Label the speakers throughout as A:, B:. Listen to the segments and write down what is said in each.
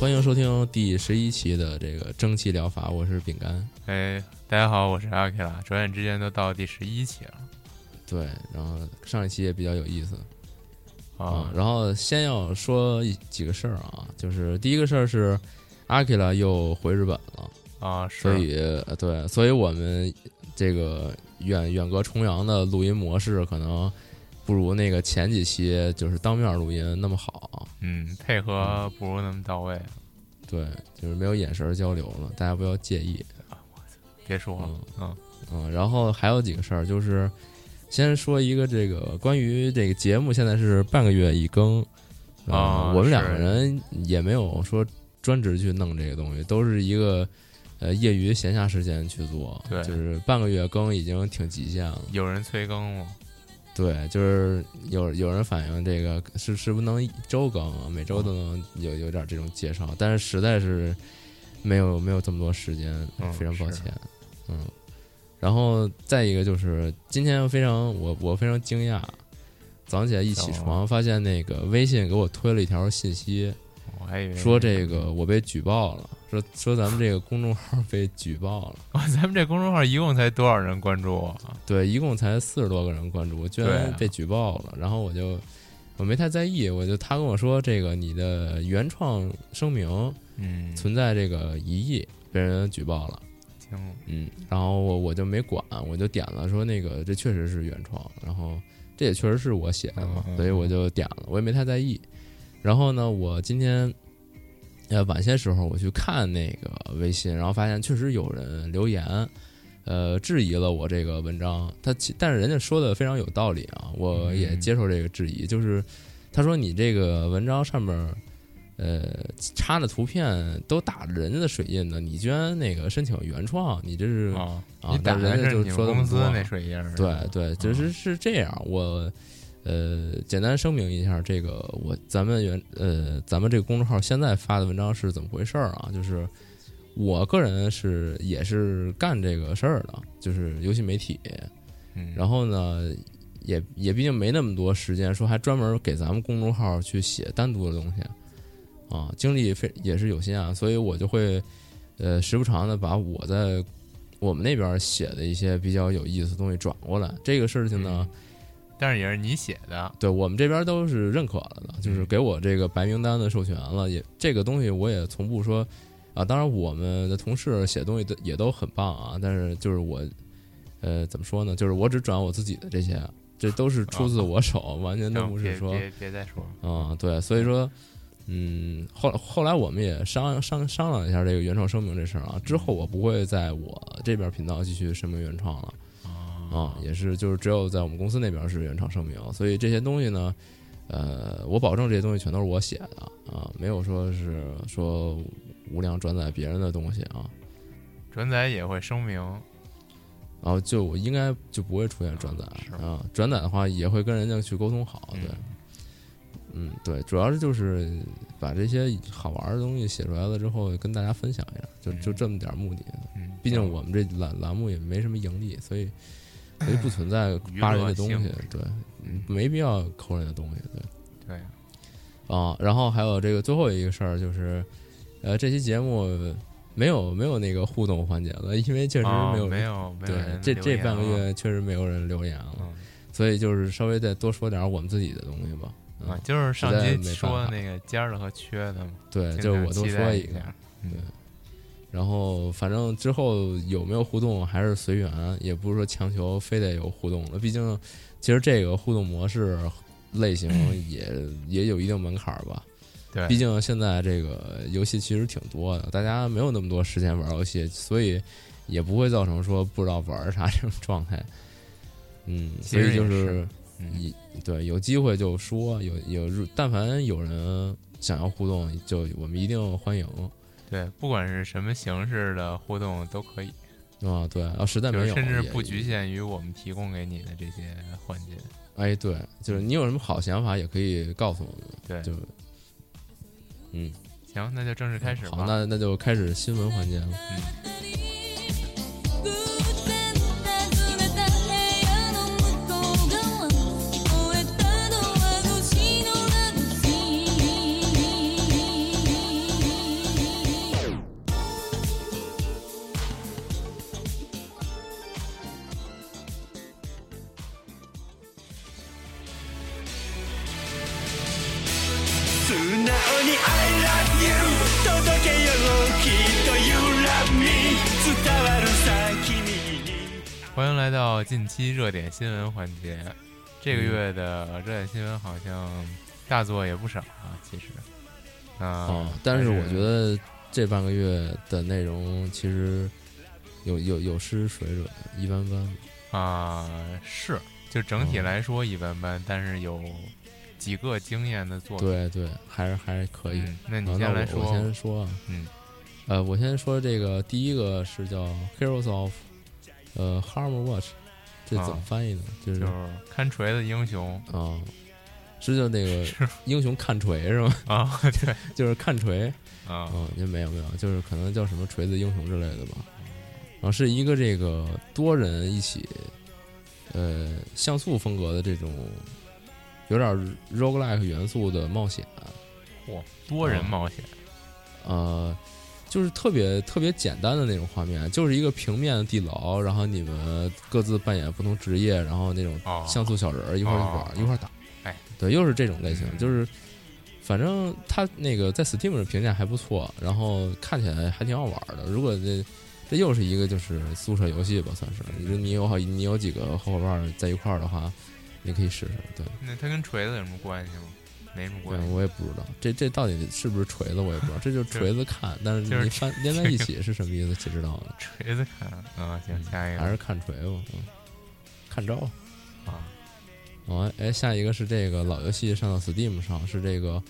A: 欢迎收听第十一期的这个蒸汽疗法，我是饼干。
B: 哎，大家好，我是阿 K 啦。转眼之间都到第十一期了
A: 对，然后上一期也比较有意思啊、
B: 啊
A: 然后先要说一几个事儿啊，就是第一个事儿是阿 K 拉又回日本了，
B: 啊！
A: 嗯所
B: 是
A: 以呃对，所以我们这个远远隔重洋的录音模式可能不如那个前几期就是当面录音那么好。
B: 嗯，配合不如那么到位，
A: 对，就是没有眼神交流了，大家不要介意。
B: 别说了，嗯
A: 嗯，然后还有几个事儿，就是先说一个这个关于这个节目，现在是半个月一更呃
B: 啊
A: 我们两
B: 是
A: 个人也没有说专职去弄这个东西，都是一个呃业余闲暇时间去做，
B: 对
A: 就是半个月更已经挺极限了。
B: 有人催更吗？
A: 对，就是有有人反映这个是是不是能一周更啊，每周都
B: 嗯
A: 能有有点这种介绍，但是实在是没有没有这么多时间，
B: 嗯
A: 非常抱
B: 是
A: 歉。嗯，然后再一个就是今天非常我我非常惊讶，早上起来一
B: 怎
A: 起
B: 么了
A: 床发现那个微信给我推了一条信息，
B: 我还以为
A: 说 这个我被举报了，说说咱们这个公众号被举报了。
B: 哇咱们这公众号一共才多少人关注啊？
A: 对，一共才四十多个人关注，我居
B: 对
A: 然
B: 啊
A: 被举报了。然后我就我没太在意，我就他跟我说这个你的原创声明
B: 嗯，
A: 存在这个疑义，被人举报了。
B: 行，
A: 嗯，然后我我就没管，我就点了说那个这确实是原创，然后这也确实是我写的嘛，
B: 嗯嗯
A: 所以我就点了，我也没太在意。然后呢，我今天呃晚些时候我去看那个微信，然后发现确实有人留言，呃质疑了我这个文章，他其但是人家说的非常有道理啊，我也
B: 嗯
A: 接受这个质疑，就是他说你这个文章上面儿。呃，插的图片都打着人家的水印呢，你居然那个申请原创，你这是
B: 啊，
A: 啊
B: 你打
A: 但人
B: 的是
A: 家就
B: 你们
A: 说这么
B: 公司
A: 多啊
B: 那水印儿，
A: 对对，就是是这样。我呃，简单声明一下，这个我咱们原呃，咱们这个公众号现在发的文章是怎么回事儿啊？就是我个人是也是干这个事儿的，就是游戏媒体。
B: 嗯，
A: 然后呢，也也毕竟没那么多时间，说还专门给咱们公众号去写单独的东西啊，精力非也是有限啊，所以我就会呃时不常的把我在我们那边写的一些比较有意思的东西转过来。这个事情呢，
B: 但是也是你写的，
A: 对我们这边都是认可了的，
B: 嗯
A: 就是给我这个白名单的授权了，也这个东西我也从不说啊。当然，我们的同事写东西都也都很棒啊，但是就是我，呃，怎么说呢？就是我只转我自己的这些，这都是出自我手，完全都
B: 啊行
A: 不
B: 别
A: 是说
B: 别别再说了，
A: 啊、对，所以说。嗯，后后来我们也商商商量一下这个原创声明这事儿啊，之后我不会在我这边频道继续声明原创了，啊、也是就是只有在我们公司那边是原创声明，所以这些东西呢，呃，我保证这些东西全都是我写的啊，没有说是说无良转载别人的东西啊，
B: 转载也会声明，
A: 然后就我应该就不会出现转载
B: 是
A: 啊，转载的话也会跟人家去沟通好，对，嗯，对，主要是就是把这些好玩的东西写出来了之后跟大家分享一下，就就这么点儿目的，
B: 嗯，
A: 毕竟我们这栏栏目也没什么盈利，所以所以不存在
B: 哎娱乐
A: 扒人的东西
B: 性质，
A: 对，嗯没必要抠人的东西，对。
B: 对，
A: 啊，然后还有这个最后一个事儿就是，呃，这期节目没有没有那个互动环节了，因为确实
B: 哦
A: 没有、
B: 没有没有
A: 对
B: 人
A: 这
B: 留
A: 这
B: 言
A: 半个
B: 啊
A: 月确实没有人留言了，
B: 嗯
A: 所以就是稍微再多说点儿我们自己的东西吧。嗯
B: 啊，就是上
A: 实在
B: 期
A: 没办
B: 说
A: 法
B: 那个尖儿的和缺的嘛，
A: 对，
B: 敬
A: 就
B: 请
A: 我多
B: 期
A: 说
B: 待
A: 一个，
B: 下。嗯，
A: 然后反正之后有没有互动还是随缘，也不是说强求非得有互动了。毕竟，其实这个互动模式 类型也、也有一定门槛儿吧。
B: 对，
A: 毕竟现在这个游戏其实挺多的，大家没有那么多时间玩游戏，所以也不会造成说不知道玩啥这种状态。嗯，
B: 其
A: 所
B: 实
A: 以就
B: 也是
A: 是
B: 嗯
A: 一对有机会就说，有有但凡有人想要互动，就我们一定欢迎。
B: 对，不管是什么形式的互动都可以，
A: 啊，对，啊，实在
B: 就
A: 没
B: 是
A: 有，
B: 甚至
A: 也
B: 不局。限于我们提供给你的这些环节。
A: 哎，对，就是你有什么好想法也可以告诉我们。
B: 对，
A: 就嗯，
B: 行，那就正式开始吧。
A: 好，那那就开始新闻环节了。
C: 偶然な部屋の向こう側聞こえたのは虫のラブシーン
D: 素直に I love you 届けようきっと You love me 伝わるさ君に
B: 欢迎来到近期热点新闻环节。这个
A: 嗯
B: 月的热点新闻好像大作也不少啊，其实。啊、
A: 哦，但是
B: 还
A: 我觉得这半个月的内容其实有有有失水准，一般般。
B: 啊、是，就整体
A: 嗯
B: 来说一般般，但是有几个惊艳的作品。
A: 对对，还是还是可以。
B: 嗯，那
A: 啊
B: 你
A: 那
B: 先
A: 我
B: 来说
A: 我先说啊，
B: 嗯，
A: 呃，我先说这个第一个是叫 Heroes of，呃，Harm Watch，这怎么
B: 啊
A: 翻译呢？就是
B: 就是看锤子英雄
A: 啊，是叫那个英雄看锤是吗？
B: 啊，对
A: 就是看锤，
B: 啊，
A: 嗯，也没有没有，就是可能叫什么锤子英雄之类的吧。然后是一个这个多人一起，呃，像素风格的这种，有点 roguelike 元素的冒险，啊
B: 嚯，多
A: 哦
B: 人冒险，
A: 呃，就是特别特别简单的那种画面，就是一个平面的地牢，然后你们各自扮演不同职业，然后那种
B: 哦
A: 像素小人儿一块儿一
B: 哦
A: 块儿一块儿打，
B: 哎，
A: 对，又是这种类型，
B: 嗯
A: 就是反正它那个在 Steam 上评价还不错，然后看起来还挺好玩儿的。如果这这又是一个就是宿舍游戏吧，算是，你说你有好你有几个合伙伴儿在一块儿的话，你可以试试，对。
B: 那它跟锤子有什么关系吗？没什么
A: 对
B: 关，系，
A: 我也不知道，这这到底是不是锤子，我也不知道。这就是
B: 就
A: 锤子看，但
B: 就是是
A: 你翻连在一起是什么意思？谁知道呢？
B: 锤子看啊，行，下一个
A: 嗯还是看锤吧，嗯，看招。
B: 啊，
A: 哦，哎，下一个是这个老游戏上到 Steam 上是这个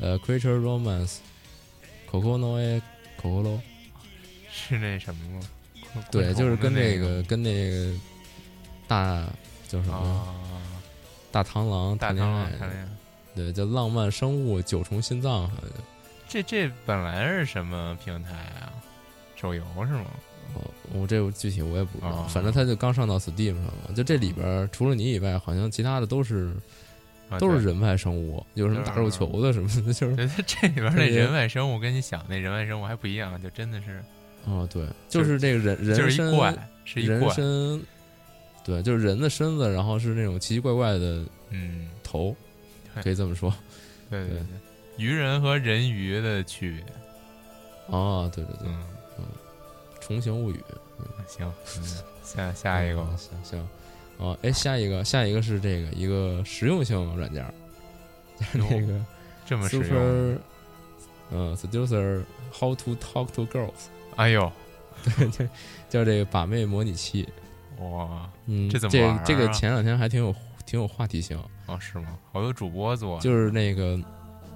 A: 呃《Creature Romance》，Coco no e Coco lo，
B: 是那什么吗？昆
A: 对，就是
B: 昆
A: 跟这
B: 虫的那
A: 个跟那个大叫什
B: 个
A: 么
B: 啊，
A: 大螳螂
B: 大啊螳
A: 谈恋
B: 螂
A: 爱
B: 谈，恋爱，
A: 对，叫浪漫生物九重心脏，好像叫
B: 这这本来是什么平台啊？手游是吗？
A: 哦，我这具体我也不知道，
B: 哦
A: 反正它就刚上到 Steam 上了。就这里边儿除了你以外，好像其他的都是
B: 啊
A: 都是
B: 对
A: 人外生物，有什么打肉球的什么的，就是
B: 对，它这里边那
A: 特别
B: 人外生物跟你想那人外生物还不一样，就真的是
A: 哦，对，就是这个人
B: 就
A: 人
B: 是
A: 身
B: 一怪，是一
A: 人
B: 怪，
A: 身，对，就是人的身子，然后是那种奇奇怪怪的
B: 嗯，
A: 头，
B: 对
A: 可以这么说。
B: 对对
A: 对
B: 对，鱼人和人鱼的区别，
A: 哦，对对对，
B: 嗯，
A: 重形物语》
B: 行，嗯下下一个吧
A: 嗯，行行。哦，哎，下一个，下一个是这个一个实用性软件儿，就是
B: 哟
A: 那个
B: 这么实用，
A: Super，呃，Seducer How to Talk to Girls，
B: 哎呦，
A: 叫这个把妹模拟器。
B: 哇，
A: 嗯，
B: 这
A: 这
B: 怎么玩
A: 这
B: 儿
A: 这个
B: 啊
A: 前两天还挺有挺有话题性，
B: 哦是吗？好多主播做，
A: 就是那个，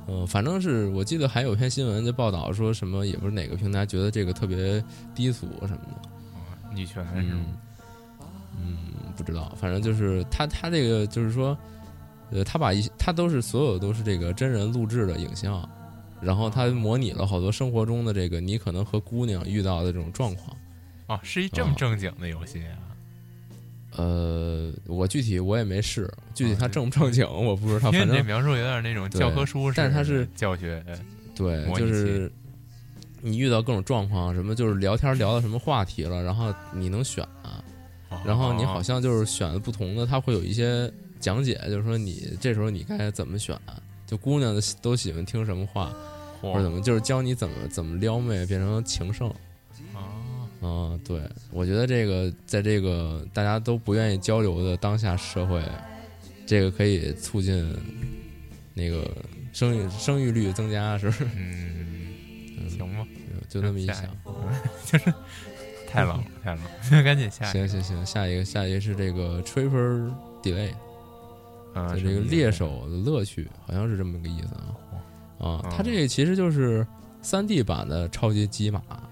A: 呃，反正是我记得还有篇新闻就报道说什么，也不是哪个平台觉得这个特别低俗什么的。
B: 哦女权是吗？
A: 嗯嗯，不知道，反正就是他他这个就是说，呃，他把一他都是所有都是这个真人录制的影像，然后
B: 啊
A: 他模拟了好多生活中的这个你可能和姑娘遇到的这种状况。
B: 哦，是一这么
A: 啊
B: 正经的游戏啊，
A: 呃，我具体我也没试，具体它正不正经我不知道，
B: 啊因为
A: 啊反
B: 你这
A: 正
B: 描述有点那种教科书式的
A: 对但是它是
B: 教学，哎
A: 对，
B: 模
A: 就
B: 拟器
A: 是你遇到各种状况，什么就是聊天聊到什么话题了，然后你能选、啊
B: 哦
A: 然后你好像就是选的不同的，它会有一些讲解，就是说你这时候你该怎么选，就姑娘的都喜欢听什么话，
B: 或
A: 或者怎么，就是教你怎么怎么撩妹变成情圣。
B: 啊，
A: 嗯，对，我觉得这个在这个大家都不愿意交流的当下社会，这个可以促进那个生育生育率增加，啊是不是？
B: 嗯，行吧，
A: 就那么一
B: 下
A: 想。
B: 一太冷了，太冷了， 赶紧下一个，
A: 行行行，下一个下一个是这个 Tripper Delay，
B: 嗯，
A: 就
B: 什
A: 这个
B: 么意思
A: 猎手的乐趣，好像是这么个意思啊。啊
B: 嗯，
A: 它这个其实就是三 D 版的超级机马，
B: 啊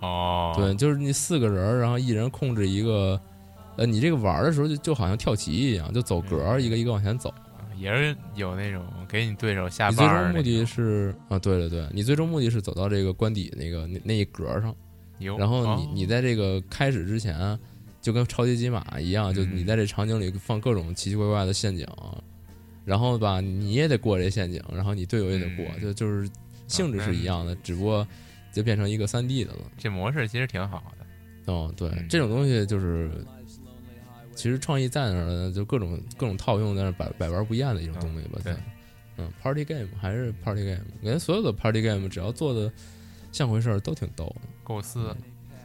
B: 哦，
A: 对，就是你四个人儿，然后一人控制一个，呃，你这个玩儿的时候就就好像跳棋一样，就走格
B: 嗯
A: 儿，一个一个往前走。
B: 也是有那种给你对手下
A: 你
B: 绊
A: 最
B: 儿
A: 终
B: 那
A: 目
B: 种
A: 的是啊，对对对，你最终目的是走到这个官邸那个那那一格儿上，
B: 有，
A: 然后你
B: 哦
A: 你在这个开始之前，啊就跟超级金马一样，就
B: 嗯
A: 你在这场景里放各种奇奇怪怪的陷阱，然后吧你也得过这陷阱，然后你队友也得过，
B: 嗯
A: 就就是性质是一样的，只不过就变成一个三 D 的了。
B: 这模式其实挺好的，
A: 哦，对
B: 嗯，
A: 这种东西就是，其实创意在那儿呢，就各种各种套用，但是百百玩不厌的一种东西吧。
B: 嗯对
A: 算是，嗯，party game 还是 party game，我感觉所有的 party game 只要做的像回事儿都挺逗的。
B: 构思，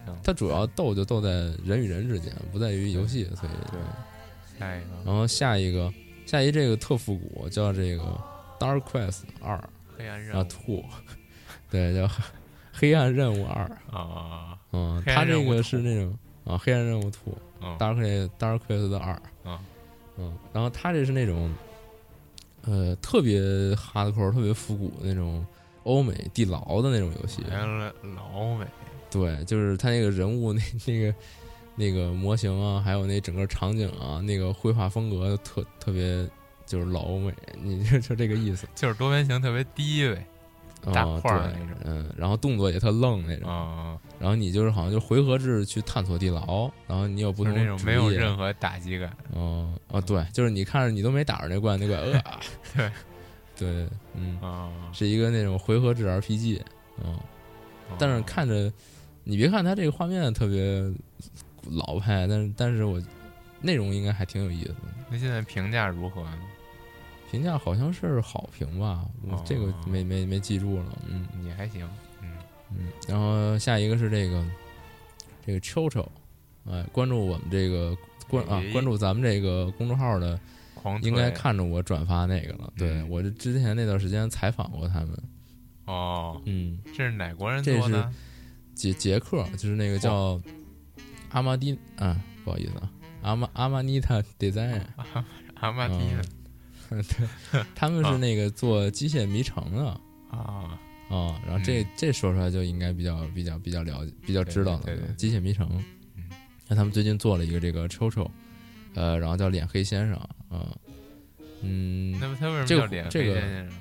A: 嗯它主要逗就逗在人与人之间，不在于游戏，所以
B: 对。下一个
A: 然后下一个，下一这个特复古叫这个 Dark Quest 二
B: 黑暗任
A: 啊
B: 务
A: Two，对，叫黑暗任务二。
B: 啊，
A: 嗯，
B: 黑暗
A: 它
B: 任
A: 这
B: 务
A: 个
B: 2
A: 是那种啊黑暗任务 Two。
B: 嗯
A: Dark Dark Quest 的二，
B: 嗯
A: 嗯，然后他这是那种，呃，特别 hardcore、特别复古的那种欧美地牢的那种游戏。
B: 啊原来老美
A: 对，就是他那个人物那那个那个模型啊，还有那整个场景啊，那个绘画风格特特别就是老欧美，你 就就这个意思。
B: 就是多边形特别低呗，
A: 啊
B: 大块儿
A: 对
B: 那种
A: 嗯，然后动作也特愣那种，
B: 啊，
A: 然后你就是好像就回合制去探索地牢，然后你有不
B: 就是
A: 同
B: 那种没有
A: 主意啊
B: 任何打击感，
A: 哦哦，对，就是你看着你都没打着那怪，那怪 呃，
B: 对
A: 对，嗯，
B: 啊，
A: 是一个那种回合制 RPG，嗯，但
B: 啊
A: 是看着你别看它这个画面特别老派，但是但是我内容应该还挺有意思的，
B: 那现在评价如何呢？
A: 评价好像是好评吧，我这个
B: 哦
A: 没没没记住了，嗯
B: 也还行，嗯，
A: 嗯，然后下一个是这个这个秋秋，哎，关注我们这个关啊
B: 哎
A: 关注咱们这个公众号的。
B: 狂
A: 应该
B: 推
A: 看着我转发那个了。对
B: 嗯
A: 我这之前那段时间采访过他们，
B: 哦，
A: 嗯，
B: 这是哪国人
A: 这
B: 做
A: 是
B: 的？
A: 捷捷克就是那个叫阿玛迪啊，不好意思啊，阿玛阿玛尼塔 design，
B: 阿玛迪的
A: 对，他们是那个做机械迷城的啊、
B: 啊，
A: 然后这、这说出来就应该比较比较比较了解，比较知道了
B: 对对对对
A: 机械迷城。
B: 嗯
A: 那他们最近做了一个这个抽抽，呃，然后叫脸黑先生，啊，嗯，
B: 那么他为什么
A: 这个
B: 叫脸
A: 这
B: 黑
A: 个
B: 先生呢？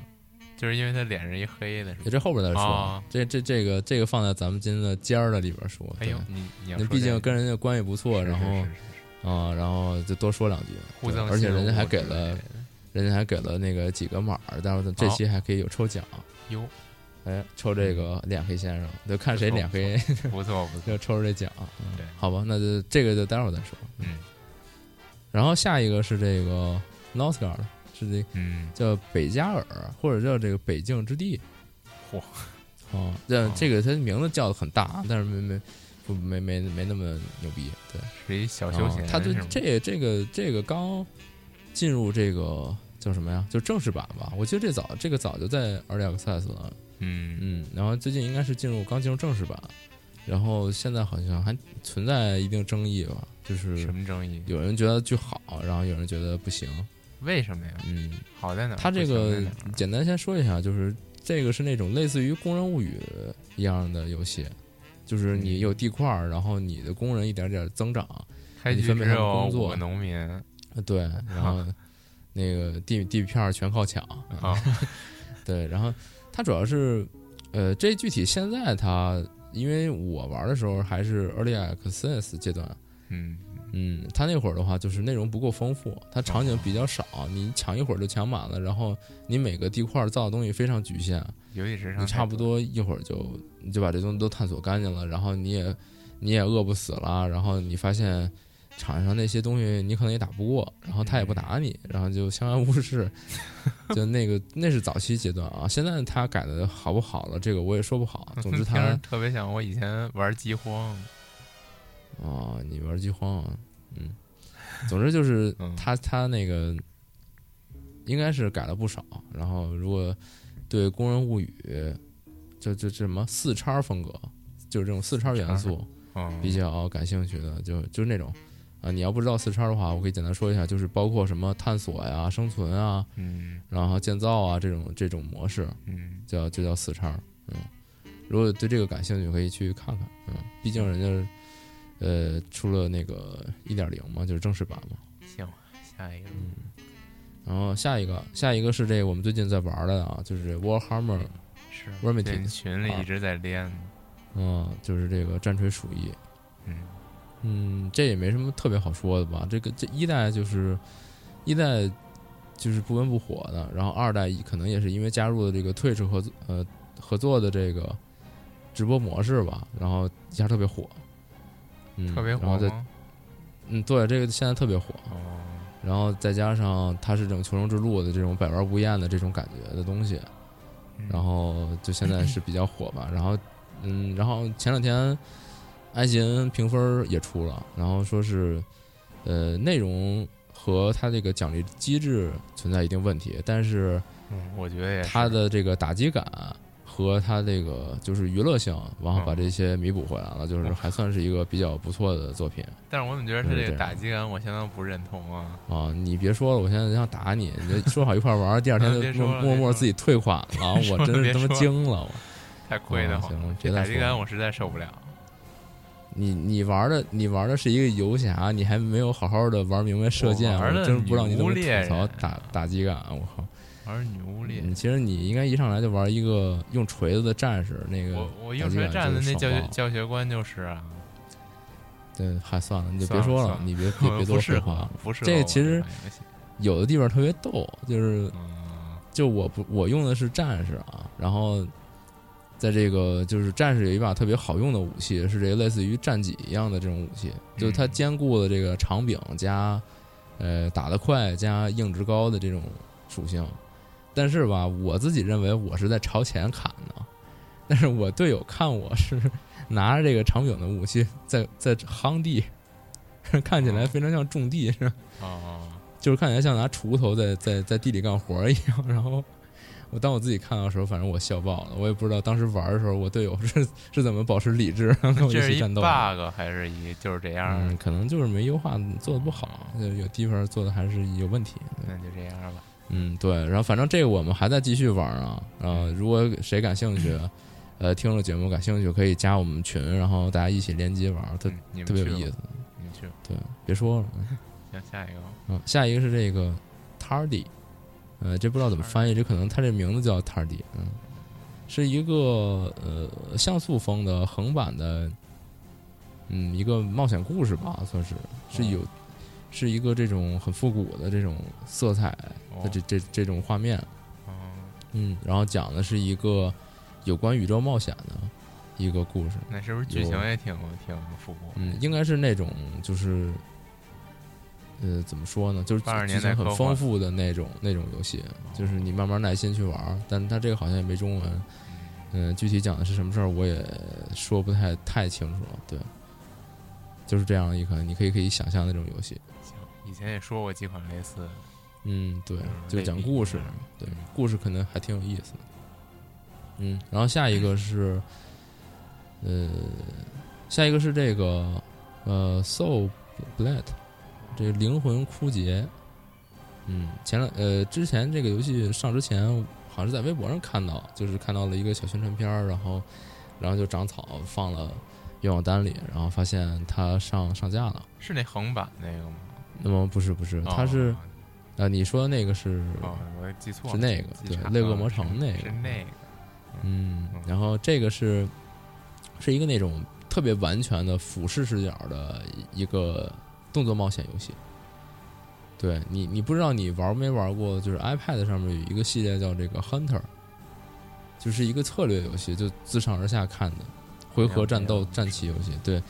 B: 就是因为他脸是一黑的，是吧
A: 也？这后边再说，
B: 哦
A: 这这这个这个放在咱们今天的尖儿的里边说。
B: 哎呦
A: 对，
B: 你你要
A: 那
B: 说
A: 毕
B: 这
A: 竟
B: 个
A: 跟人家关系不错，
B: 是
A: 然后
B: 是是是
A: 啊、然后就多说两句，
B: 互
A: 对
B: 赠
A: 而且
B: 信
A: 人家
B: 物
A: 还
B: 之
A: 给
B: 类
A: 了
B: 的
A: 人家还给了那个几个码儿，待会儿这期还可以有抽奖，
B: 哟，
A: 哎，抽这个脸黑先生，就看谁脸黑，
B: 不错不错，
A: 就抽着这奖。嗯
B: 对
A: 好吧，那就这个就待会儿再说。
B: 嗯
A: 然后下一个是这个 Northgard，是这
B: 嗯，
A: 叫北加尔，或者叫这个北境之地。
B: 嚯！
A: 哦，这
B: 哦
A: 这个它名字叫的很大，但是没没不没没没那么牛逼。对，
B: 是一小休闲
A: 哦
B: 是吗，
A: 它就这这个这个刚进入这个叫什么呀？就正式版吧。我记得这早这个早就在 Early Access 了，
B: 嗯
A: 嗯，然后最近应该是进入刚进入正式版，然后现在好像还存在一定争议吧，就是
B: 什么争议？
A: 有人觉得巨好，然后有人觉得不行，
B: 为什么呀？
A: 嗯。
B: 好在哪儿？
A: 它这
B: 啊不行在
A: 个
B: 哪儿啊
A: 简单先说一下，就是这个是那种类似于《工人物语》一样的游戏，就是
B: 嗯
A: 你有地块儿，然后你的工人一点点增长，
B: 开
A: 你
B: 局
A: 分配
B: 只
A: 他们
B: 有
A: 工
B: 五
A: 作
B: 个农民
A: 呃对，然后那个地地片儿全靠抢，
B: 啊，
A: 对，然后它主要是，呃，这具体现在它，因为我玩的时候还是 Early Access 阶段，
B: 嗯，
A: 嗯，他那会儿的话就是内容不够丰富，它场景比较少，你抢一会儿就抢满了，然后你每个地块儿造的东西非常局限，
B: 游戏 时
A: 你
B: 长
A: 差不多一会儿就你就把这东西都探索干净了，然后你也你也饿不死了，然后你发现场上那些东西你可能也打不过，然后他也不打你，然后就相安无事，就那个那是早期阶段啊。现在他改的好不好了，这个我也说 不好。
B: 太多，
A: 总之他
B: 听着
A: 啊、
B: 特别像我以前玩饥荒，
A: 哦，你玩饥荒、啊，嗯，总之就是
B: 嗯
A: 他他那个应该是改了不少，然后如果对《工人物语》就就这什么四叉风格，就是这种四叉元素。
B: 嗯，
A: 比较感兴趣的，就就是那种啊，你要不知道四叉的话，我可以简单说一下，就是包括什么探索呀、生存啊，
B: 嗯
A: 然后建造啊这种这种模式，
B: 嗯，
A: 叫就叫四叉。嗯，如果对这个感兴趣，可以去看看。嗯，毕竟人家呃出了那个一点零嘛，就是正式版嘛。
B: 行，下一个，
A: 嗯然后下一个，下一个是这个我们最近在玩的啊，就是 Warhammer，
B: 是
A: 我也没
B: 这
A: 听
B: 群里一直在连，
A: 嗯，就是这个战锤鼠疫，
B: 嗯
A: 嗯，这也没什么特别好说的吧。这个这一代就是一代就是不温不火的，然后二代可能也是因为加入了这个 Twitch 合作呃合作的这个直播模式吧，然后一下特别火，嗯，
B: 特别
A: 然
B: 火
A: 后再
B: 吗？
A: 嗯，对，这个现在特别火，
B: 哦，
A: 然后再加上它是这种求生之路的这种百玩不厌的这种感觉的东西，
B: 嗯
A: 然后就现在是比较火吧。然后，嗯，然后前两天埃及恩评分也出了，然后说是，呃，内容和它这个奖励机制存在一定问题，但是
B: 嗯我觉得也是
A: 它的这个打击感和它这个就是娱乐性，然后把
B: 嗯
A: 这些弥补回来了，就是还算是一个比较不错的作品。
B: 但是我怎么觉得他
A: 对
B: 这
A: 这
B: 个
A: 样
B: 打击感我相当不认同啊？
A: 啊，你别说了，我现在就想打你， 你就说好一块儿玩儿，第二天
B: 嗯别
A: 就
B: 说了别
A: 默默
B: 说了
A: 默自己退款了，
B: 说
A: 我
B: 了
A: 真
B: 别
A: 是他妈
B: 说了
A: 惊了。我
B: 太亏的
A: 啊
B: 慌，
A: 行了
B: 这
A: 别再
B: 打击
A: 说
B: 感
A: 了
B: 我实在受不了。
A: 你你玩的你玩的是一个游侠，你还没有好好的玩明白射箭，
B: 我
A: 我
B: 玩的
A: 真不知道你怎么
B: 女巫猎人
A: 吐槽打打击感。我靠，
B: 而女巫猎，
A: 你其实你应该一上来就玩一个用锤子的战士，那个
B: 我我
A: 打
B: 用
A: 击
B: 锤
A: 感
B: 站的
A: 真是
B: 那
A: 爽
B: 教学教
A: 爆了
B: 学观就是啊，
A: 对，还算了，你就
B: 算
A: 别
B: 了
A: 说
B: 算了
A: 你别
B: 我
A: 别别
B: 不
A: 多
B: 适
A: 废
B: 合
A: 话。，
B: 不适合
A: 这个
B: 我
A: 其实
B: 玩游戏
A: 有的地方特别逗，就是
B: 嗯
A: 就我不我用的是战士啊，然后在这个就是战士有一把特别好用的武器，是这个类似于战戟一样的这种武器，就是它兼顾了这个长柄加呃打得快加硬直高的这种属性。但是吧，我自己认为我是在朝前砍的， 但是我队友看我是拿着这个长柄的武器在在夯地， 看起来非常像种地是吧？
B: 哦，
A: 就是看起来像拿锄头在在在地里干活儿一样。然后我当我自己看到的时候，反正我笑爆了。我也不知道当时玩的时候，我队友是是怎么保持理智跟我一
B: 这是
A: 起
B: 一
A: 战斗的。
B: bug 还是一就是这样？
A: 嗯，可能就是没优化做的不好，就有地方做的还是有问题。对
B: 那就这样吧。
A: 嗯，对。然后反正这个我们还在继续玩啊。呃，如果谁感兴趣，呃，听了节目感兴趣，可以加我们群，然后大家一起联机玩儿，特
B: 嗯你们
A: 特别
B: 去
A: 有
B: 吧
A: 意思。
B: 你们去吧。
A: 对，别说了。
B: 行，下一个吧。
A: 嗯，下一个是这个 Tardy，呃，这不知道怎么翻译，这可能它这名字叫 Tardy，嗯，是一个呃像素风的横版的，嗯，一个冒险故事吧，算是是有、是一个这种很复古的这种色彩的这这这种画面，
B: 嗯，
A: 嗯，然后讲的是一个有关宇宙冒险的一个故事，
B: 那是不是剧情也挺挺复古？
A: 嗯，应该是那种就是，呃，怎么说呢，就是
B: 80
A: 剧
B: 年代
A: 情
B: 科
A: 很
B: 幻哦
A: 丰富的那种那种游戏，就是你慢慢耐心去玩儿。但它这个好像也没中文，嗯、具体讲的是什么事儿我也说不太太清楚了。对，就是这样一款你可以可以想象的那种游戏。
B: 行，以前也说过几款类似的。
A: 嗯，对，
B: 就
A: 就是是讲
B: 类比
A: 故事
B: 一下，
A: 对，故事可能还挺有意思的。嗯，然后下一个是，呃，下一个是这个呃，Soul Blade，这个灵魂枯竭。嗯，前两呃之前这个游戏上之前，好像是在微博上看到，就是看到了一个小宣传片儿，然后然后就长草放了愿望单里，然后发现它上上架了。
B: 是那横版那个吗？
A: 那么不是不是，嗯它是
B: 哦
A: 啊、呃你说的那个是
B: 哦，我记错了，
A: 是那个
B: 记
A: 对
B: 差
A: 类
B: 了
A: 恶魔城
B: 是
A: 那个
B: 是那个，
A: 嗯
B: 嗯，
A: 然后这个是是一个那种特别完全的俯视视角的一个动作冒险游戏。对你，你不知道你玩没玩过，就是 iPad 上面有一个系列叫这个 Hunter，就是一个策略游戏，就自上而下看的回合战斗战棋游戏。对，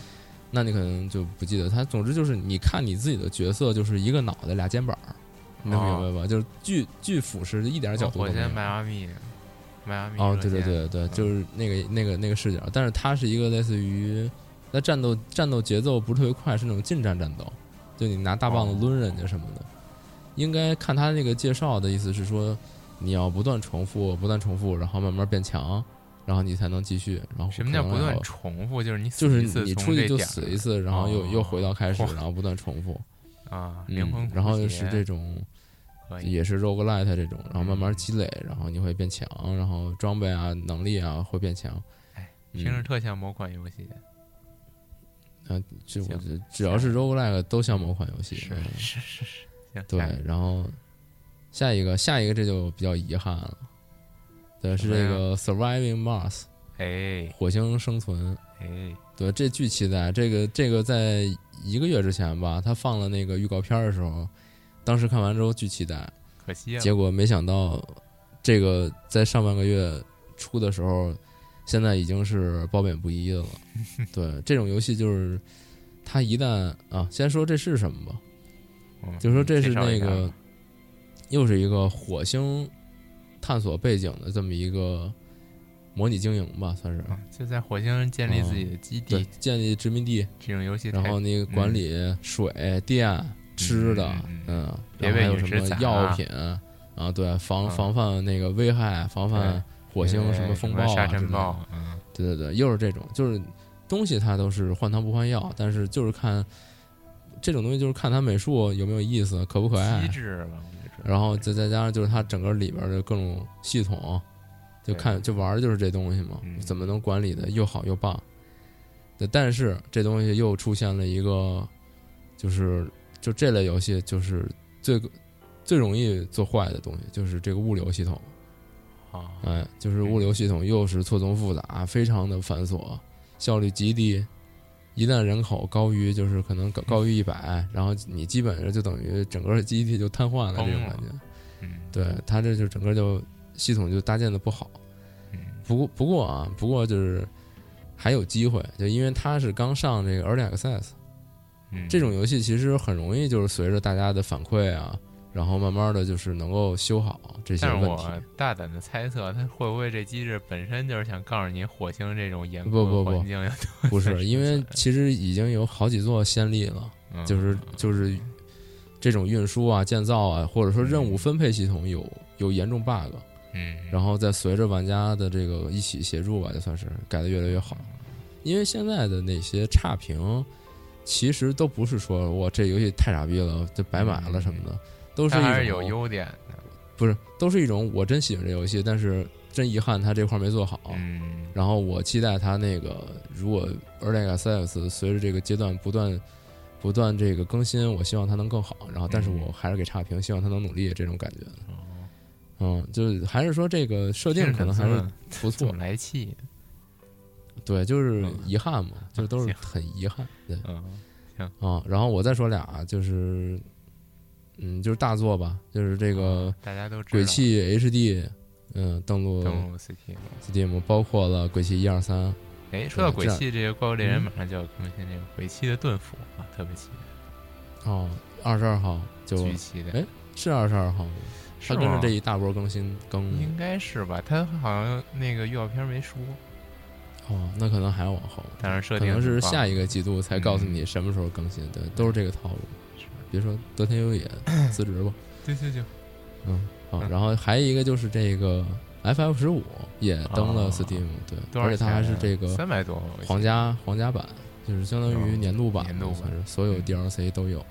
A: 那你可能就不记得它。总之就是你看你自己的角色，就是一个脑袋俩肩膀儿，你能明白吧？就是巨巨腐蚀，就一点角度都
B: 哦火
A: 没
B: 箭
A: 有。
B: 迈阿密，迈阿密
A: 哦，
B: 热
A: 对对
B: 线
A: 对对，
B: 嗯
A: 就是那个那个那个视角，但是它是一个类似于，那战斗战斗节奏不是特别快，是那种近战战斗，就你拿大棒
B: 哦
A: 子抡人家什么的。应该看他那个介绍的意思是说，你要不断重复，不断重复，然后慢慢变强，然后你才能继续。然后
B: 什么叫
A: 可能
B: 不断
A: 要
B: 重复？就是你死
A: 就是
B: 一次
A: 你
B: 从
A: 出去
B: 这
A: 就
B: 点儿
A: 死一次，然后又、
B: 哦
A: 又回到开始，
B: 嚯
A: 然后不断重复，
B: 啊，灵魂
A: 嗯
B: 枯，竭
A: 然后是这种
B: 可以
A: 也是 roguelite 这种，然后慢慢
B: 嗯
A: 积累，然后你会变强，然后装备啊、能力啊会变强。嗯
B: 哎听着特像某款游戏，
A: 这我
B: 行
A: 觉得只要是 roguelike 都像某款游戏。
B: 啊是
A: 嗯
B: 是是是，行
A: 对
B: 下一个，
A: 然后下一个下一个这就比较遗憾了，对，是
B: 什么
A: 这
B: 呀
A: 个 Surviving Mars
B: 哎
A: 火星生存。
B: 哎，
A: 对，这巨期待。这个这个在一个月之前吧，他放了那个预告片的时候，当时看完之后巨期待，
B: 可惜啊，
A: 结果没想到这个在上半个月出的时候，现在已经是褒贬不一 了。对，这种游戏就是它一旦啊，先说这是什么吧，
B: 嗯
A: 就说这是
B: 介绍
A: 那
B: 一下
A: 个又是一个火星探索背景的这么一个模拟经营吧，算是。
B: 嗯就在火星建立自己的基
A: 嗯对
B: 地，，
A: 建立殖民地，
B: 这种游戏太，
A: 然后你管理水电、吃的，
B: 哎嗯
A: 嗯，
B: 别
A: 然后还
B: 被
A: 有
B: 陨
A: 什
B: 石
A: 么
B: 砸
A: 药品啊，对，防
B: 嗯
A: 防范那个危害，防范火星
B: 对
A: 什么风暴
B: 沙
A: 啊，
B: 尘暴，，嗯，
A: 对对对，又是这种，就是东西它都是换汤不换药，但是就是看这种东西，就是看它美术有没有意思，可不可爱
B: 机，制吧，我觉得
A: 然后再再加上就是它整个里边的各种系统，就看就玩的就是这东西嘛，
B: 嗯
A: 怎么能管理的又好又棒？对但是这东西又出现了一个，就是就这类游戏就是最最容易做坏的东西，就是这个物流系统，
B: 啊，
A: 哎，就是物流系统又是错综复杂，非常的繁琐，效率极低。一旦人口高于就是可能高高于一百，然后你基本上就等于整个基地就瘫痪了这种感觉。
B: 嗯，
A: 对他这就整个就系统就搭建的不好。
B: 嗯，
A: 不过不过啊，不过就是还有机会，就因为它是刚上这个 Early Access
B: 嗯，
A: 这种游戏，其实很容易就是随着大家的反馈啊，然后慢慢的就是能够修好这些
B: 但是
A: 问
B: 我
A: 题。
B: 大胆的猜测，它会不会这机制本身就是想告诉你火星这种严
A: 不不
B: 酷的
A: 不
B: 环 境要多
A: 不
B: 才
A: 是，因为
B: 存
A: 其实已经有好几座先例了，
B: 嗯
A: 就是就是这种运输啊、建造啊，或者说任务
B: 嗯
A: 分配系统有有严重 bug，
B: 嗯，
A: 然后再随着玩家的这个一起协助吧，就算是改的越来越好。因为现在的那些差评，其实都不是说我这游戏太傻逼了，就白买了什么的，都是
B: 嗯它
A: 一
B: 还
A: 种
B: 是有优点的，
A: 不是都是一种我真喜欢这游戏，但是真遗憾它这块没做好。
B: 嗯，
A: 然后我期待它那个如果 Early Access 随着这个阶段不断不断这个更新，我希望它能更好。然后，但是
B: 嗯
A: 我还是给差评，希望它能努力这种感觉。
B: 哦
A: 嗯，就是还是说这个设定可能还是不错
B: 总，来气，
A: 对，就是
B: 嗯
A: 遗憾嘛，就是都是
B: 行
A: 很遗憾，对
B: 嗯
A: 啊。然后我再说俩，就是嗯，就是大作吧，就是这个
B: 大家都
A: 《
B: 知道
A: 鬼泣 HD》，嗯，登陆
B: 哦登陆 Steam。
A: Steam，包括了《鬼泣一二三》，
B: 哎，说到
A: 对
B: 鬼
A: 这样嗯
B: 泣，这个怪物猎人马上就要更新这个鬼泣的盾斧啊，特别期
A: 哦，二十二号
B: 待，
A: 就
B: 巨期待
A: 哎。是二十二号吗？
B: 是
A: 它跟着
B: 吗嗯
A: 这一大波更新更
B: 应该是吧？他好像那个预告片没说，
A: 哦，那可能还要往后，
B: 当然设
A: 可
B: 定
A: 能是下
B: 一
A: 一个季度
B: 嗯
A: 才告诉你什么时候更新，对，都是这个套路。别说德天 优也辞职吧，
B: 对对对，
A: 嗯，好，
B: 嗯
A: 然后还有一个就是这个 FF 十五也登了
B: 哦
A: Steam，对，
B: 多少啊
A: 而且它还是这个
B: 三百多，我记得
A: 皇家皇家版，就是相当于
B: 嗯
A: 年度版吧，
B: 年度版
A: 算是所有
B: 嗯
A: DLC 都有。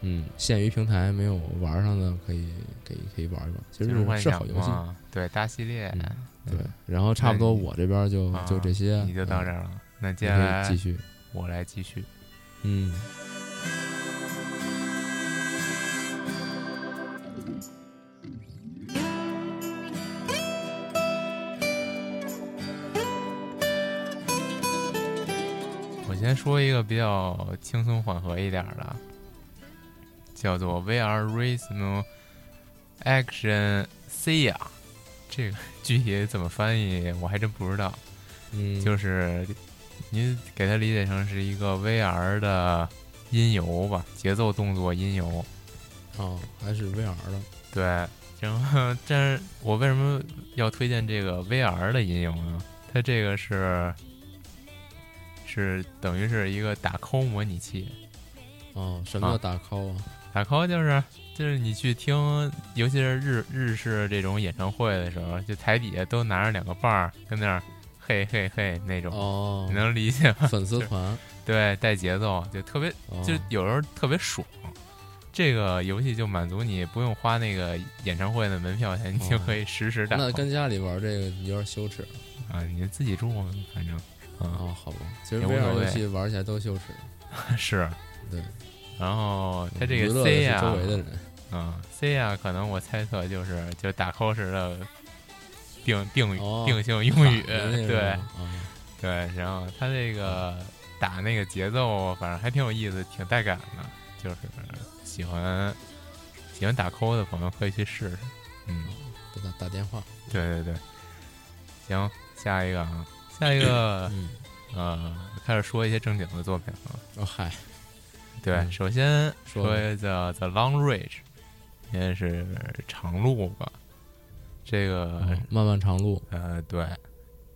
A: 嗯，限于平台没有玩上的，可以可以可以玩一玩，其
B: 最终
A: 实
B: 幻
A: 是
B: 想
A: 好游戏。
B: 嘛对大系列，
A: 嗯对，然后差不多
B: 那你
A: 我这边就
B: 啊
A: 就这些，
B: 你就到这
A: 儿，
B: 儿了。那接下
A: 你可以
B: 来
A: 继续。
B: 我来继续。
A: 嗯，
B: 我先说一个比较轻松缓和一点儿的，叫做 VR Rhythm Action Sia，这个 具体怎么翻译我还真不知道。
A: 嗯，
B: 就是您给它理解成是一个 VR 的音游吧，节奏动作音游。
A: 哦，还是 VR 的，
B: 对，然后但是我为什么要推荐这个 VR 的音游呢？它这个是是等于是一个打 call 模拟器，
A: 哦，什么
B: 啊
A: 叫打 call 啊？
B: 打 call 就是就是你去听，尤其是日日式这种演唱会的时候，就台底下都拿着两个棒儿跟那儿嘿嘿嘿那种，
A: 哦
B: 你，能理解吗？
A: 粉丝团，
B: 对，带节奏就特别
A: 哦
B: 就有时候特别爽。这个游戏就满足你不用花那个演唱会的门票钱，你就可以实时打 call。
A: 哦那跟家里玩这个有点羞耻
B: 啊，你自己住，反 正啊、
A: 哦，好吧，其实
B: 也无所
A: VR
B: 谓
A: 游戏玩起来都羞耻，
B: 是，
A: 对。
B: 然后它这
A: 娱
B: 个
A: 乐
B: C
A: 的
B: 呀、
A: 是周围的人，
B: 嗯，C 呀、可能我猜测就是就打 call 时的定定语、
A: 哦
B: 定性用语，
A: 打的那种
B: 对
A: 哦
B: 对。然后它这个打那个节奏，反正还挺有意思，挺带感的。就是喜欢喜欢打 call 的朋友可以去试试。嗯，
A: 都打打电话，
B: 啊对对对。行，下一个啊，下一 个
A: 嗯，
B: 呃，开始说一些正经的作品了。
A: 哦嗨，
B: 对，
A: 嗯
B: 首先
A: 说
B: 说一下 The Long Range，应该是长路吧？这个、
A: 哦漫漫长路，
B: 呃，对，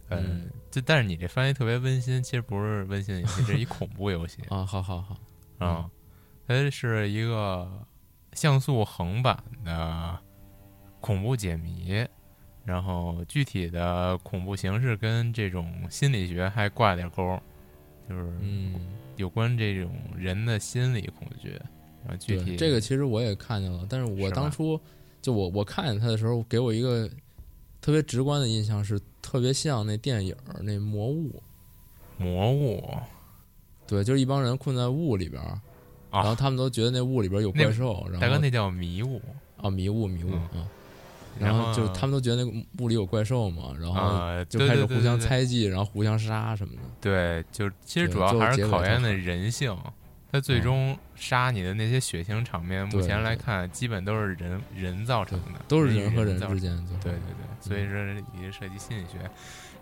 B: 呃，
A: 嗯
B: 就但是你这翻译特别温馨，其实不是温馨游戏，这是一恐怖游 戏
A: 啊，好好好，
B: 啊、它是一个像素横版的恐怖解谜，然后具体的恐怖形式跟这种心理学还挂点钩儿，就是
A: 嗯，
B: 有关这种人的心理恐惧，然后具体
A: 对，这个其实我也看见了，但是我
B: 是吧
A: 当初就我我看见他的时候，给我一个特别直观的印象是特别像那电影儿那魔物，
B: 魔物
A: 对，就是一帮人困在雾里边儿，然后
B: 啊，
A: 他们都觉得那雾里边有
B: 那
A: 怪兽，然后
B: 大哥那叫迷雾，
A: 啊迷雾迷雾
B: 嗯
A: 啊，
B: 然
A: 然
B: 后
A: 后就他们都觉得那个雾里有怪兽嘛，然
B: 啊
A: 后就
B: 对
A: 开始
B: 对对
A: 互相
B: 对对
A: 猜忌，然后互相杀什么的。
B: 对，就是其实
A: 对
B: 主要还
A: 最
B: 是考
A: 后结尾就
B: 验
A: 好
B: 的人性。他最终杀你的那些血腥场面，目
A: 对
B: 前来
A: 对
B: 看，基本都是人人造成的，
A: 都是
B: 与
A: 人和人
B: 造
A: 之
B: 成
A: 间，嗯就
B: 对对对，所以说也是涉及心理学。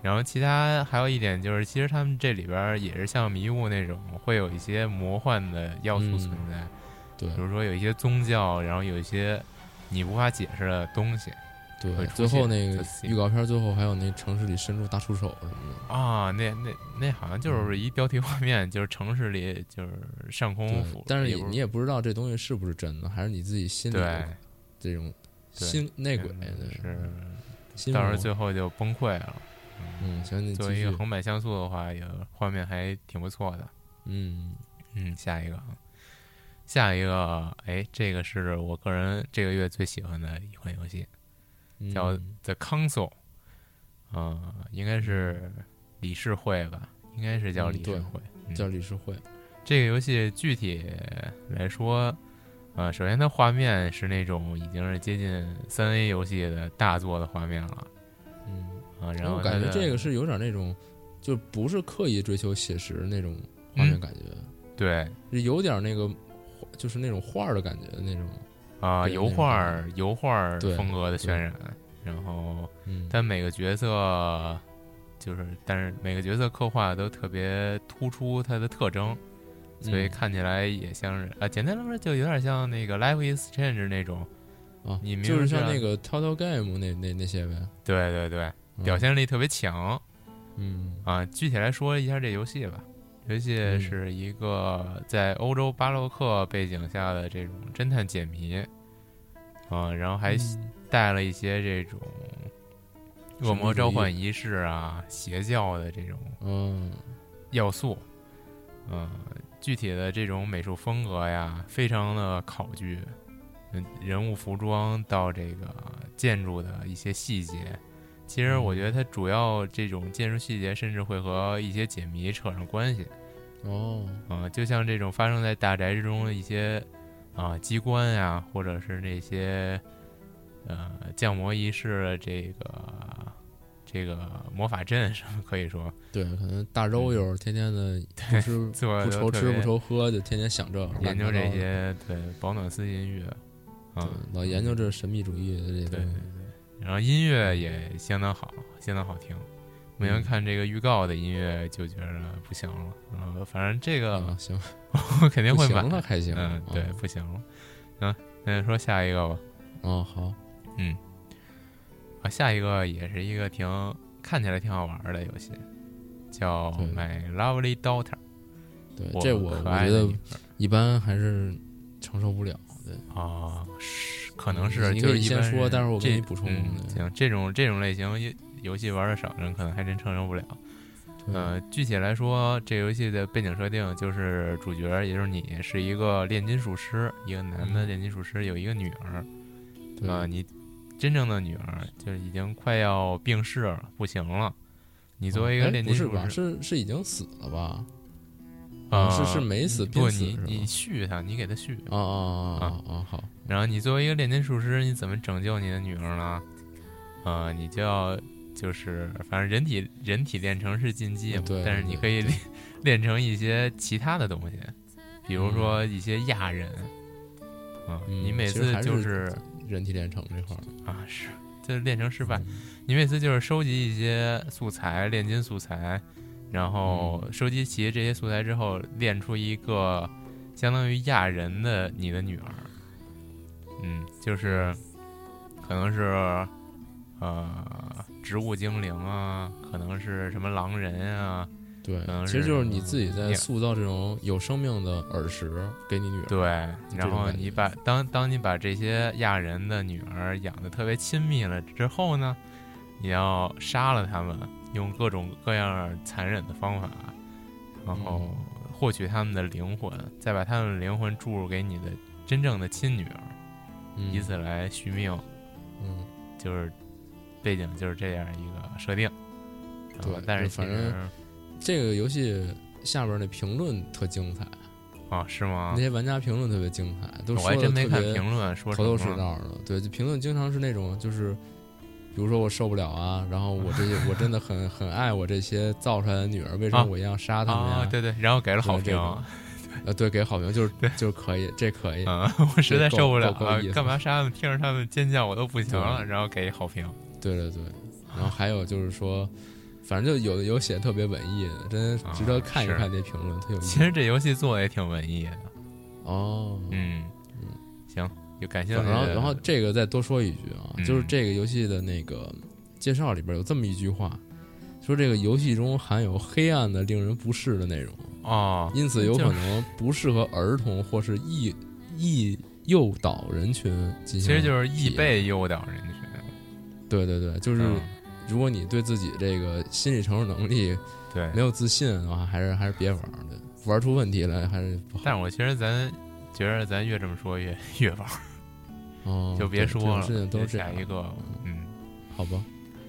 B: 然后其他还有一点就是，其实他们这里边儿也是像迷雾那种，会有一些魔幻的要素
A: 嗯
B: 存在，
A: 对
B: 比如说有一些宗教，然后有一些你无法解释的东西
A: 对
B: 会
A: 对，
B: 出
A: 最
B: 现
A: 后那
B: 这
A: 个
B: 些
A: 预告片最后还有那城市里伸出大触手什么的，
B: 啊。那那那好像
A: 嗯
B: 就是一标题画面，就是城市里就是上空
A: 对
B: 俯，，
A: 但是
B: 也
A: 你
B: 不
A: 你也不知道这东西是不是真的，还是你自己心里
B: 对
A: 有这种
B: 对
A: 心内鬼
B: 嗯
A: 的
B: 是，
A: 心
B: 到时候
A: 魔
B: 最后就崩溃了。
A: 嗯，行，你
B: 作
A: 继
B: 为一个
A: 续，
B: 横版像素的话，也画面还挺不错的。
A: 嗯，
B: 嗯，下一个，啊，下一个，哎，这个是我个人这个月最喜欢的一款游戏，
A: 嗯
B: 叫《The Console》，呃，应该是理事会吧，应该是叫
A: 嗯
B: 理
A: 对
B: 事会。嗯
A: 叫理事会，
B: 这个游戏具体来说，呃，首先它画面是那种已经是接近三 A 游戏的大作的画面了
A: 嗯，
B: 啊、然
A: 哎
B: 后
A: 我感
B: 它
A: 觉
B: 的
A: 这个是有点那种，就不是刻意追求写实那种画面
B: 嗯
A: 感觉，
B: 对
A: 是有点那个就是那种画儿的感觉那种，
B: 啊、
A: 对
B: 油
A: 那种
B: 画
A: 感
B: 儿油画儿
A: 对
B: 风格的
A: 对
B: 渲染，然后。
A: 嗯，
B: 但每个角色就是，但是每个角色刻画都特别突出它的特征，所以
A: 嗯
B: 看起来也像是、啊，简单来说就有点像那个《Life is Change》那种，
A: 啊，
B: 你明
A: 就是
B: 知
A: 像
B: 道
A: 那个 Total Game 那那那些呗，
B: 对对对，
A: 嗯
B: 表，现力特别强
A: 嗯
B: 啊。具体来说一下这游戏吧，游戏
A: 嗯
B: 是一个在欧洲巴洛克背景下的这种侦探解谜，啊，然后还
A: 嗯
B: 带了一些这种恶
A: 神秘
B: 魔
A: 主
B: 召
A: 义
B: 唤仪式啊、邪教的这种。
A: 嗯
B: 要素，呃，具体的这种美术风格呀，非常的考据，嗯，人物服装到这个建筑的一些细节，其实我觉得它主要这种建筑细节，甚至会和一些解谜扯上关系，
A: 哦，
B: 呃，就像这种发生在大宅之中的一些啊、机关呀，或者是那些呃降魔仪式的这个这个魔法阵什么，可以说
A: 对，可能大周就是天 天的不吃
B: 做得
A: 不愁
B: 特
A: 吃
B: 别
A: 不愁喝，就天天想这
B: 研究这
A: 乱七
B: 些对保暖思音乐
A: 八糟
B: 啊
A: 的，，对老研究这神秘主义的这
B: 对
A: 个
B: 对对，然后音乐也相当好，相当好听。没
A: 嗯
B: 人看这个预告的音乐就觉得不行了，然后反正这
A: 啊
B: 个，
A: 行，
B: 我肯定嗯
A: 不
B: 会
A: 行了
B: 买。
A: 还行，
B: 嗯
A: 啊，
B: 对，不行了。啊，那说下一个吧。
A: 哦好，
B: 啊，下一个也是一个挺看起来挺好玩儿的游戏，叫
A: 对
B: 《My Lovely Daughter》。
A: 对，这我我
B: 可爱
A: 觉
B: 的
A: 得
B: 女儿
A: 一般还是承受不了，对，
B: 啊，是可能是
A: 嗯你
B: 就
A: 可
B: 是
A: 以
B: 一
A: 先
B: 般
A: 说
B: 人
A: 但是我给
B: 这
A: 你补充
B: 嗯
A: 对
B: 行，这种这种类型游游戏玩的少的人可能还真承受不了。
A: 对
B: 呃，具体来说，这游戏的背景设定就是主角，也就是你是一个炼金术师，一个男的
A: 嗯
B: 炼金术师，有一个女儿。
A: 对
B: 啊，你真正的女儿就是已经快要病逝了，不行了。你作为一个
A: 哎
B: 炼金
A: 不是
B: 术
A: 吧？
B: 师，
A: 是是已经死了吧？
B: 啊，
A: 是是没死
B: 不，
A: 濒死
B: 你
A: 是
B: 你
A: 吧
B: 续他，你给他续。
A: 啊啊啊啊啊！好，
B: 然后你作为一个炼金术师，你怎么拯救你的女儿呢？呃，你就要就是反正人体人体炼成是禁忌嘛，
A: 嗯对
B: 但是你可以
A: 对
B: 炼 炼成一些其他的东西，比如说一些亚人。啊，
A: 嗯
B: 你每
A: 其实
B: 次
A: 还
B: 就是
A: 人体炼成这块儿
B: 啊是，就是炼成失败。你每次就是收集一些素材，炼金素材，然后收集齐这些素材之后，炼出一个相当于亚人的你的女儿。嗯，就是可能是呃植物精灵啊，可能是什么狼人啊，
A: 对
B: 可能，
A: 其实
B: 是
A: 就是你自己在
B: 嗯
A: 塑造这种有生命的耳石给你女儿。
B: 对，
A: 就这
B: 然
A: 种
B: 后
A: 感
B: 你
A: 觉
B: 把当当你把这些亚人的女儿养的特别亲密了之后呢，你要杀了他们，用各种各样残忍的方法，然
A: 嗯
B: 后获取他们的灵魂，再把他们的灵魂注入给你的真正的亲女儿，
A: 嗯，
B: 以此来续命，
A: 嗯，
B: 就是背景就是这样一个设定。然后
A: 对
B: 但是
A: 就反
B: 其实
A: 这个游戏下边儿那评论特精彩，
B: 啊，是吗
A: 那？些玩家评论特别精彩，都
B: 我
A: 说
B: 还
A: 的
B: 真没
A: 特
B: 看
A: 别
B: 评论说什
A: 头头是
B: 么了
A: 道的。对，就评论经常是那种就是。比如说我受不了啊，然后我这些我真的很很爱我这些造出来的女儿，为什么
B: 啊
A: 我一定要杀他们呀？
B: 啊，对对，然后给了好
A: 就是这
B: 评。
A: 种呃，对，给好评就是就是可以，这可以，
B: 啊，我实在受不了
A: 够够
B: 了
A: 意思，了
B: 干嘛杀他们？听着他们尖叫，我都不行了。
A: 对嗯
B: 然后给好评，
A: 对对对，然后还有就是说，反正就有的有写得特别文艺的，真的值得看一看这评论，特有
B: 啊
A: 意
B: 其
A: 思。
B: 实这游戏做的也挺文艺的。
A: 哦，
B: 嗯，行，就感谢。
A: 然后然后这个再多说一句啊，
B: 嗯
A: 就是这个游戏的那个介绍里边有这么一句话，说这个游戏中含有黑暗的、令人不适的内容，
B: 哦，
A: 因此有
B: 就
A: 可能不适合儿童或是易易诱导人群进
B: 其
A: 行。
B: 实就是易被诱导人群，
A: 对对对，
B: 就
A: 就
B: 是
A: 如果你对自己这个心理承受能力
B: 对
A: 没。有自信的话，还是还是别玩儿了，玩儿出问题来还是不好。
B: 但是我其实咱觉得咱越这么说越越玩儿，
A: 哦，
B: 就别
A: 对这
B: 说
A: 种
B: 了。
A: 事情都是
B: 就
A: 这
B: 下
A: 样，
B: 一个，嗯，
A: 好吧？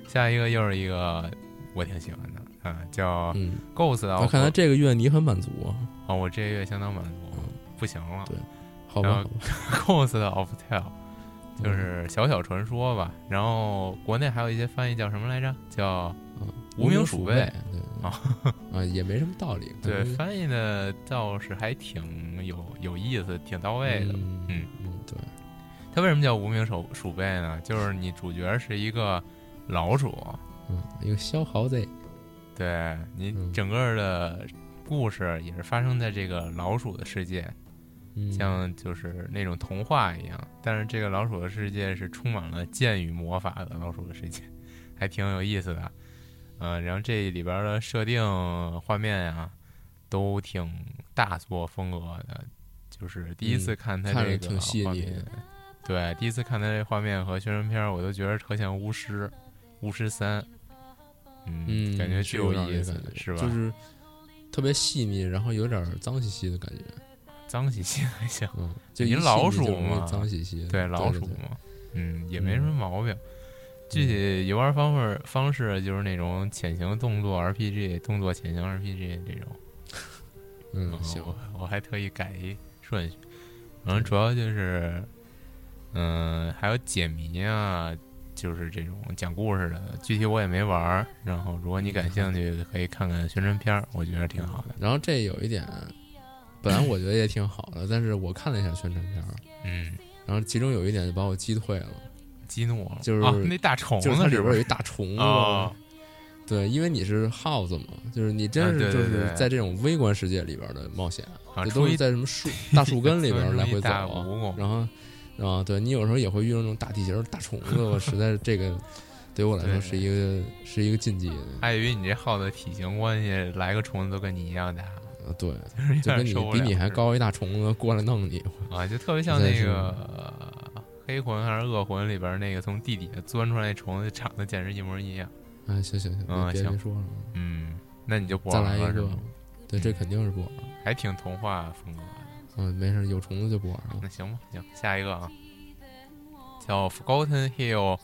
B: 下一个又是一个我挺喜欢的啊，叫
A: 嗯，
B: Ghost
A: 那
B: of
A: 看来这嗯个月你很满足啊，
B: 啊，我这个月相当满足，不行了。
A: 好
B: 然后
A: 吧？好吧
B: Ghost of Tell，
A: 嗯
B: 就是小小传说吧。然后国内还有一些翻译叫什么来着？叫无
A: 无
B: 名鼠
A: 鼠
B: 辈
A: 辈，对 啊，也没什么道理。
B: 对
A: 可能
B: 翻译的倒是还挺有有意思，挺到位的。
A: 嗯
B: 嗯
A: 嗯，对，
B: 它为什么叫无名手鼠辈呢？就是你主角是一个老鼠，
A: 嗯，一个小豪贼，
B: 对你
A: 嗯
B: 整个的故事也是发生在这个老鼠的世界，
A: 嗯，
B: 像就是那种童话一样。但是这个老鼠的世界是充满了剑与魔法的老鼠的世界， 还挺有意思的。呃，然后这里边的设定画面呀、都挺大作风格的，就是第一次看它
A: 嗯看
B: 这
A: 着
B: 个啊
A: 挺细
B: 画
A: 腻
B: 面
A: 的，
B: 对，第一次看它这画面和宣传片儿，我都觉得特像巫师，巫师三，
A: 嗯，
B: 感觉巨
A: 是
B: 有
A: 点儿
B: 意
A: 这
B: 思
A: 感，觉
B: 是吧？
A: 就是特别细腻，然后有点儿脏兮兮的感觉，
B: 脏兮兮 还行，
A: 嗯，就
B: 你
A: 一细
B: 老
A: 腻就
B: 鼠
A: 容易
B: 嘛
A: 脏兮兮的，
B: 对老鼠
A: 对
B: 嘛，嗯，也没什么毛病。具体游玩方式方式就是那种潜行动作 RPG、动作潜行 RPG 这种。
A: 嗯，行，
B: 我我还特意改一顺序。嗯然后主要就是，嗯、还有解谜啊，就是这种讲故事的，具体我也没玩儿。然后，如果你感兴趣，可以看看宣传片儿，我觉得挺好的。
A: 然后这有一点，本来我觉得也挺好的，但是我看了一下宣传片儿，
B: 嗯，
A: 然后其中有一点就把我击退了，
B: 激怒我了
A: 就是
B: 啊、那大虫
A: 就是它
B: 子
A: 里
B: 是
A: 边
B: 不
A: 有
B: 是
A: 一？大虫子。
B: 哦
A: 对，因为你是耗子嘛，就是你
B: 啊
A: 真
B: 对
A: 是就
B: 对对
A: 是在这种微观世界里边的冒险，
B: 啊，
A: 这
B: 出
A: 都
B: 一
A: 是在什么树大树 根里边来回走
B: 大
A: 啊
B: 蜈蚣，
A: 然后啊，对你有时候也会遇到那种大地形儿、大虫子，我实在是这个对我来
B: 对
A: 说是一个是一个禁忌的，
B: 碍于你这耗子体型关系，来个虫子都跟你一样大，
A: 啊 对，
B: 有
A: 就
B: 点
A: 跟你
B: 受不
A: 比
B: 了
A: 你还
B: 是吧
A: 高一大虫子过来弄你，
B: 啊，就特别像
A: 实在
B: 那
A: 是
B: 个呃黑魂还是恶魂里边那个从地底下钻出来虫子长得简直一模一样。
A: 哎，行行行，
B: 嗯
A: 别
B: 行
A: 别说了，
B: 嗯，那你就不
A: 再
B: 玩
A: 来
B: 了
A: 一
B: 是
A: 个
B: 吗？，
A: 对，这肯定是不玩了，
B: 还挺童话风格的。
A: 嗯，没事儿，有虫子就不玩了
B: 那，行吧，行，下一个啊，叫 Forgotten Hill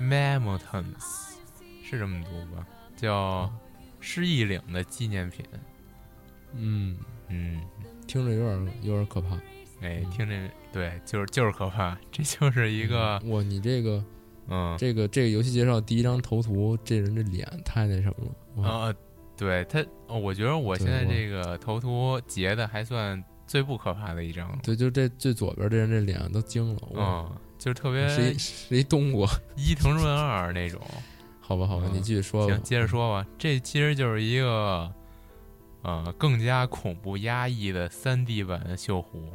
B: Mammoths，是这么读吧？叫失忆岭的纪念品。
A: 嗯，
B: 嗯，
A: 听着有点有点可怕，
B: 哎，
A: 嗯
B: 听着，对，就是就是可怕，这就是一个
A: 哇，你这个。
B: 嗯
A: 这个这个游戏介绍第一张头图，这人这脸太那什么了。哇
B: 啊，对他，哦我觉得我现
A: 嗯对
B: 在
A: 我
B: 这个头图截的还算最不可怕的一张了。
A: 对，就这最左边这人这脸都惊了，哇，
B: 嗯，就是特别
A: 是一是一冬瓜。
B: 伊藤润二那种。
A: 好吧，好吧，
B: 嗯
A: 你继续说吧
B: 行，。接着说吧。这其实就是一个，呃，更加恐怖压抑的三 D 版的锈湖，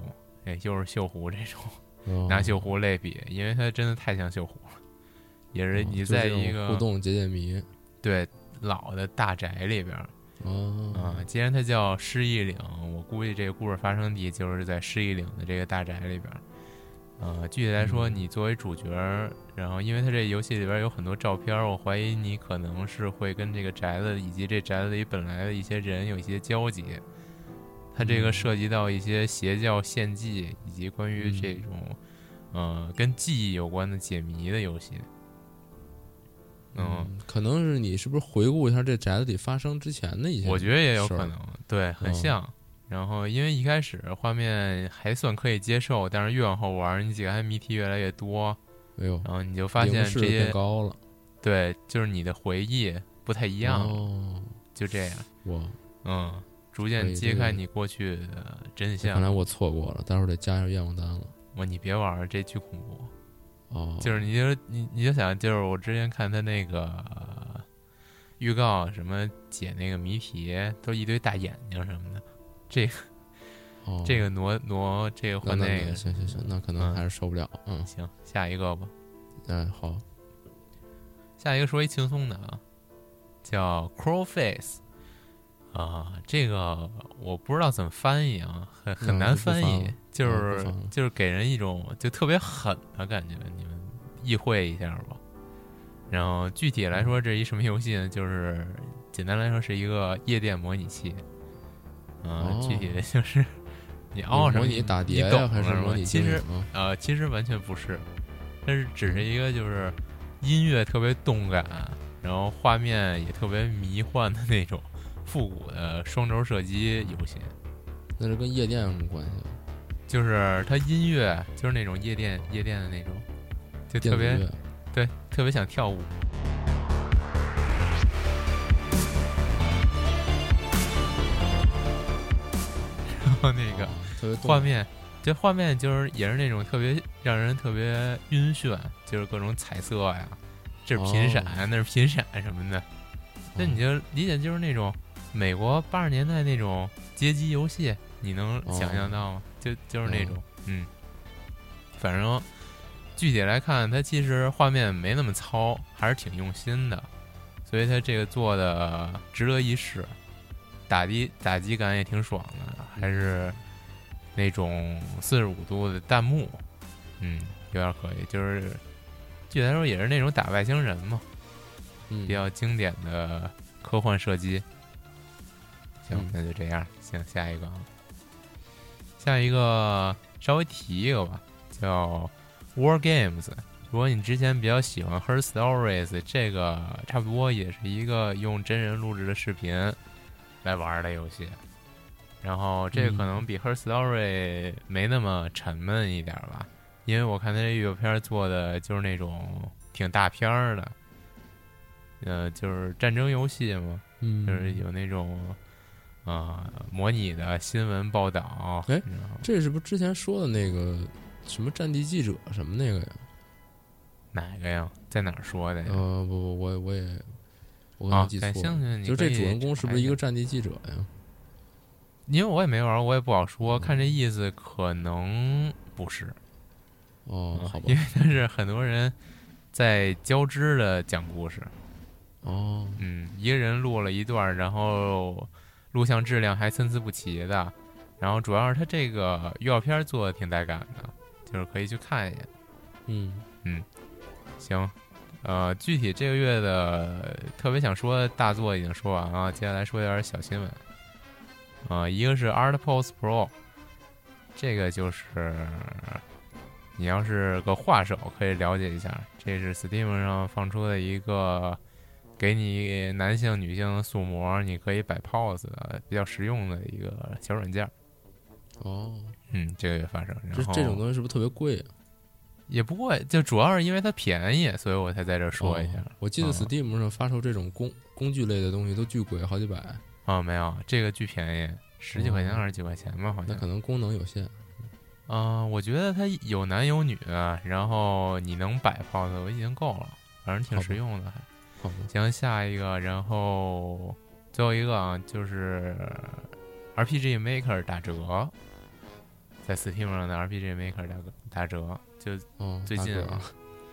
B: 也就是锈湖这种，
A: 嗯
B: 拿锈湖类比，因为它真的太像锈湖了。也是
A: 嗯
B: 你
A: 就是
B: 在
A: 这种
B: 一个、
A: 互动解解谜
B: 对老的大宅里边儿啊、
A: 啊，
B: 既然它叫失忆岭，我估计这个故事发生地就是在失忆岭的这个大宅里边儿。呃，具体来说，你作为主角儿，然后因为它这游戏里边儿有很多照片儿，我怀疑你可能是会跟这个宅子以及这宅子里本来的一些人有一些交集。它这个涉及到一些邪教献祭以及关于这种，呃，跟记忆有关的解谜的游戏。嗯，
A: 嗯，可能是你是不是回顾一下这宅子里发生之前的一些？
B: 我觉得也有
A: 事儿
B: 可能，对，很
A: 嗯
B: 像。然后因为一开始画面还算可以接受，但是越往后玩儿，你解开谜题越来越多，
A: 哎呦，
B: 然后你就发
A: 凝
B: 现
A: 视
B: 这
A: 变
B: 些
A: 高了，
B: 对，就是你的回忆不太一
A: 一
B: 样了，
A: 哦，
B: 就这样，
A: 我
B: 嗯，逐
A: 可
B: 渐
A: 以
B: 揭
A: 这
B: 开
A: 个
B: 你过去的真
A: 看来
B: 相。
A: 我错过了，待会儿得加一下愿望单了。
B: 我你别玩儿这巨恐怖，
A: 哦，
B: 就是你就你你就想，就是我之前看他那个呃预告，什么解那个谜题，都一堆大眼睛什么的，
A: 哦
B: 这个挪挪这个
A: 那
B: 换
A: 那
B: 那
A: 那
B: 个，
A: 行行行，那可能
B: 嗯
A: 还是受不了。嗯，
B: 行，下一个吧。
A: 哎，好，
B: 下一个说一轻松的啊，叫 Crow Face 啊，这个我不知道怎么翻译啊，很很
A: 嗯
B: 难
A: 就不
B: 翻
A: 翻
B: 译
A: 了，
B: 就
A: 嗯
B: 是
A: 不翻了
B: 就是给人一种就特别狠的感觉，你们意会一下吧。然后具体来说，这一什么游戏呢？就是简单来说是一个夜店模拟器，啊，具体的就是 你凹哦什么
A: 哦模拟打
B: 你
A: 碟呀，
B: 懂
A: 还是
B: 了吗
A: 模拟
B: 其
A: 经
B: 实
A: 营啊？
B: 呃，其实完全不是，但是只是一个就是音乐特别动感，然后画面也特别迷幻的那种复古的双轴射击游戏。
A: 那这跟夜店有什么关系啊？
B: 就是它音乐就是那种夜店夜店的那种，就
A: 电
B: 特
A: 子
B: 别
A: 乐
B: 对，特别想跳舞。 然后那个
A: 啊特别动
B: 画面，这画面就是也是那种特别让人特别晕眩，就是各种彩色呀，这是频闪，那是频闪什么的。那你就理解就是那种美国八十年代那种街机游戏，你能想象到吗？就就是那种，嗯，反正具体来看，它其实画面没那么糙，还是挺用心的，所以它这个做的值得一试，打击打击感也挺爽的，还是那种四十五度的弹幕，嗯，有点可以，就是具体来说也是那种打外星人嘛，
A: 嗯
B: 比较经典的科幻射击。行
A: 嗯，
B: 那就这样，行，下一个啊，下一个稍微提一个吧，叫 War Games。如果你之前比较喜欢 Her Stories，这个差不多也是一个用真人录制的视频来玩儿的游戏。然后这个可能比 Her Story 没那么沉闷一点儿吧，因为我看他这预告片儿做的就是那种挺大片儿的，呃，就是战争游戏嘛，
A: 嗯，
B: 就是有那种啊、呃模拟的新闻报道，
A: 哎
B: 然后
A: 这是不是之前说的那个什么战地记者什么那个呀？
B: 哪个呀？在哪儿说的呀？
A: 呃，不不，我我也我可
B: 啊
A: 能记，
B: 感
A: 错
B: 兴
A: 了。
B: 趣，
A: 就这主人公是不是一个
B: 战？
A: 战地记者呀？
B: 因为我也没玩，我也不好说。
A: 嗯
B: 看这意思，可能不是，
A: 哦，好吧
B: 嗯因，为他是很多人在交织的讲故事。
A: 哦，
B: 嗯，一个人录了一段儿，然后录像质量还参差不齐的。然后主要是他这个预告片儿做的挺带感的，就是可以去看一眼。
A: 嗯，
B: 行，呃，具体这个月的特别想说的大作已经说完了，接下来说点儿小新闻。呃，一个是 ArtPost Pro，这个就是你要是个画手可以了解一下，这是 Steam 上放出的一个给你男性、女性塑模，你可以摆 pose 的比较实用的一个小软件儿。
A: 哦，
B: 嗯，这个月发生，
A: 这
B: 然后
A: 这种东西是不是特别贵啊？
B: 也不过就主要是因为它便宜，所以我才在这儿说一下。
A: 哦我记得
B: 嗯
A: Steam 上发售这种工工具类的东西都巨贵，好几百，
B: 啊、没有，这个巨便宜，十几块钱、
A: 哦
B: 二十几块钱吧，好
A: 那
B: 像。
A: 可能功能有限。
B: 嗯、我觉得它有男有女，啊然后你能摆 pose 我已经够了，反正挺
A: 好吧
B: 实用的还。
A: 好吧，
B: 行，下一个，然后最后一个啊，就是 RPG Maker 打折，在 Steam 上的 RPG Maker 打折打折，就
A: 哦，
B: 最近
A: 大个儿
B: 啊，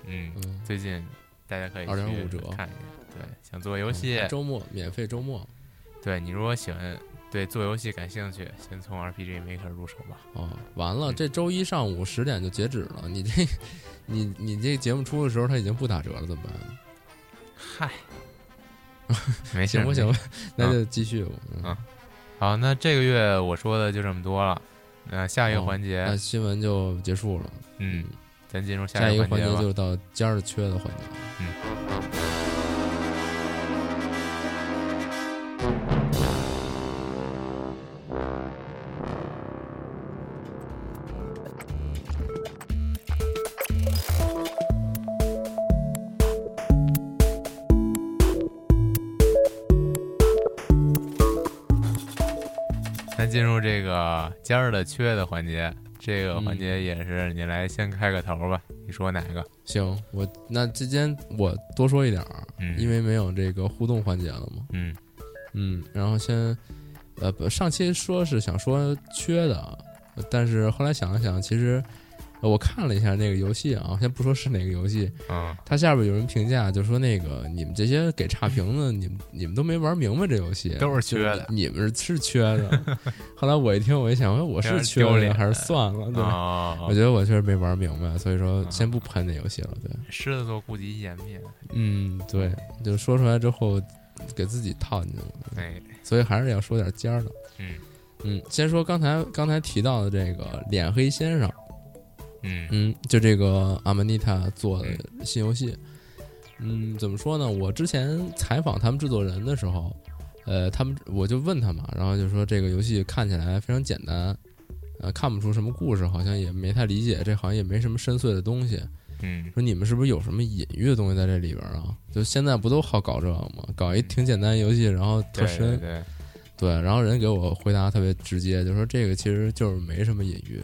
B: 嗯，
A: 嗯，
B: 最近大家可以去
A: 2.5折嗯
B: 看一眼。对，想做游戏，
A: 周末免费周末
B: 对你如果喜欢对做游戏感兴趣，先从 RPG Maker 入手吧。
A: 哦，完了，
B: 嗯
A: 这周一上午十点就截止了。你这，你你这节目出的时候，它已经不打折了，怎么办？
B: 嗨，没事儿没
A: 行吧，行吧
B: 事，
A: 那就继续吧。嗯
B: 啊儿好，那这个月我说的就这么多了。那下一个
A: 哦
B: 环节，
A: 那新闻就结束了。
B: 嗯，咱进入
A: 下
B: 一
A: 一个
B: 个
A: 环
B: 节
A: 节
B: 吧。
A: 就是到尖儿的缺的环节。
B: 嗯。那进入这个尖儿的缺的环节，这个环
A: 嗯
B: 节也是你来先开个头吧，你说哪个？
A: 行，我那之间我多说一点儿，
B: 嗯
A: 因为没有这个互动环节了嘛。
B: 嗯
A: 嗯，然后先，呃，不上期说是想说缺的，但是后来想了想，其实呃我看了一下那个游戏啊，先不说是哪个游戏，
B: 嗯
A: 它下边有人评价就说那个你们这些给差评 的，你们你们都没玩明白这游戏，
B: 都是缺的
A: 就你们是缺的。后来我一听，我一想，哎我是缺
B: 有
A: 的
B: 点丢脸
A: 呀还是算了，对。我
B: 哦，
A: 觉得我确实没玩明白，所以说
B: 啊
A: 先不喷这游戏了。对，
B: 狮子座顾及颜面，
A: 嗯，对，就说出来之后，给自己套进去了，
B: 哎，
A: 所以还是要说点尖儿的。
B: 嗯
A: 嗯，先说刚才刚才提到的这个脸黑先生，
B: 嗯
A: 嗯，就这个阿曼尼塔做的新游戏，嗯，怎么说呢？我之前采访他们制作人的时候，呃，他们我就问他嘛，然后就说这个游戏看起来非常简单，呃，看不出什么故事，好像也没太理解，这好像也没什么深邃的东西。
B: 嗯
A: 说你们是不是有什么隐喻的东西在这里边儿啊？就现在不都好搞这个吗？搞一挺简单的游戏，然后特
B: 对
A: 深，
B: 对对，
A: 对然后人给我回答特别直接，就说这个其实就是没什么隐喻，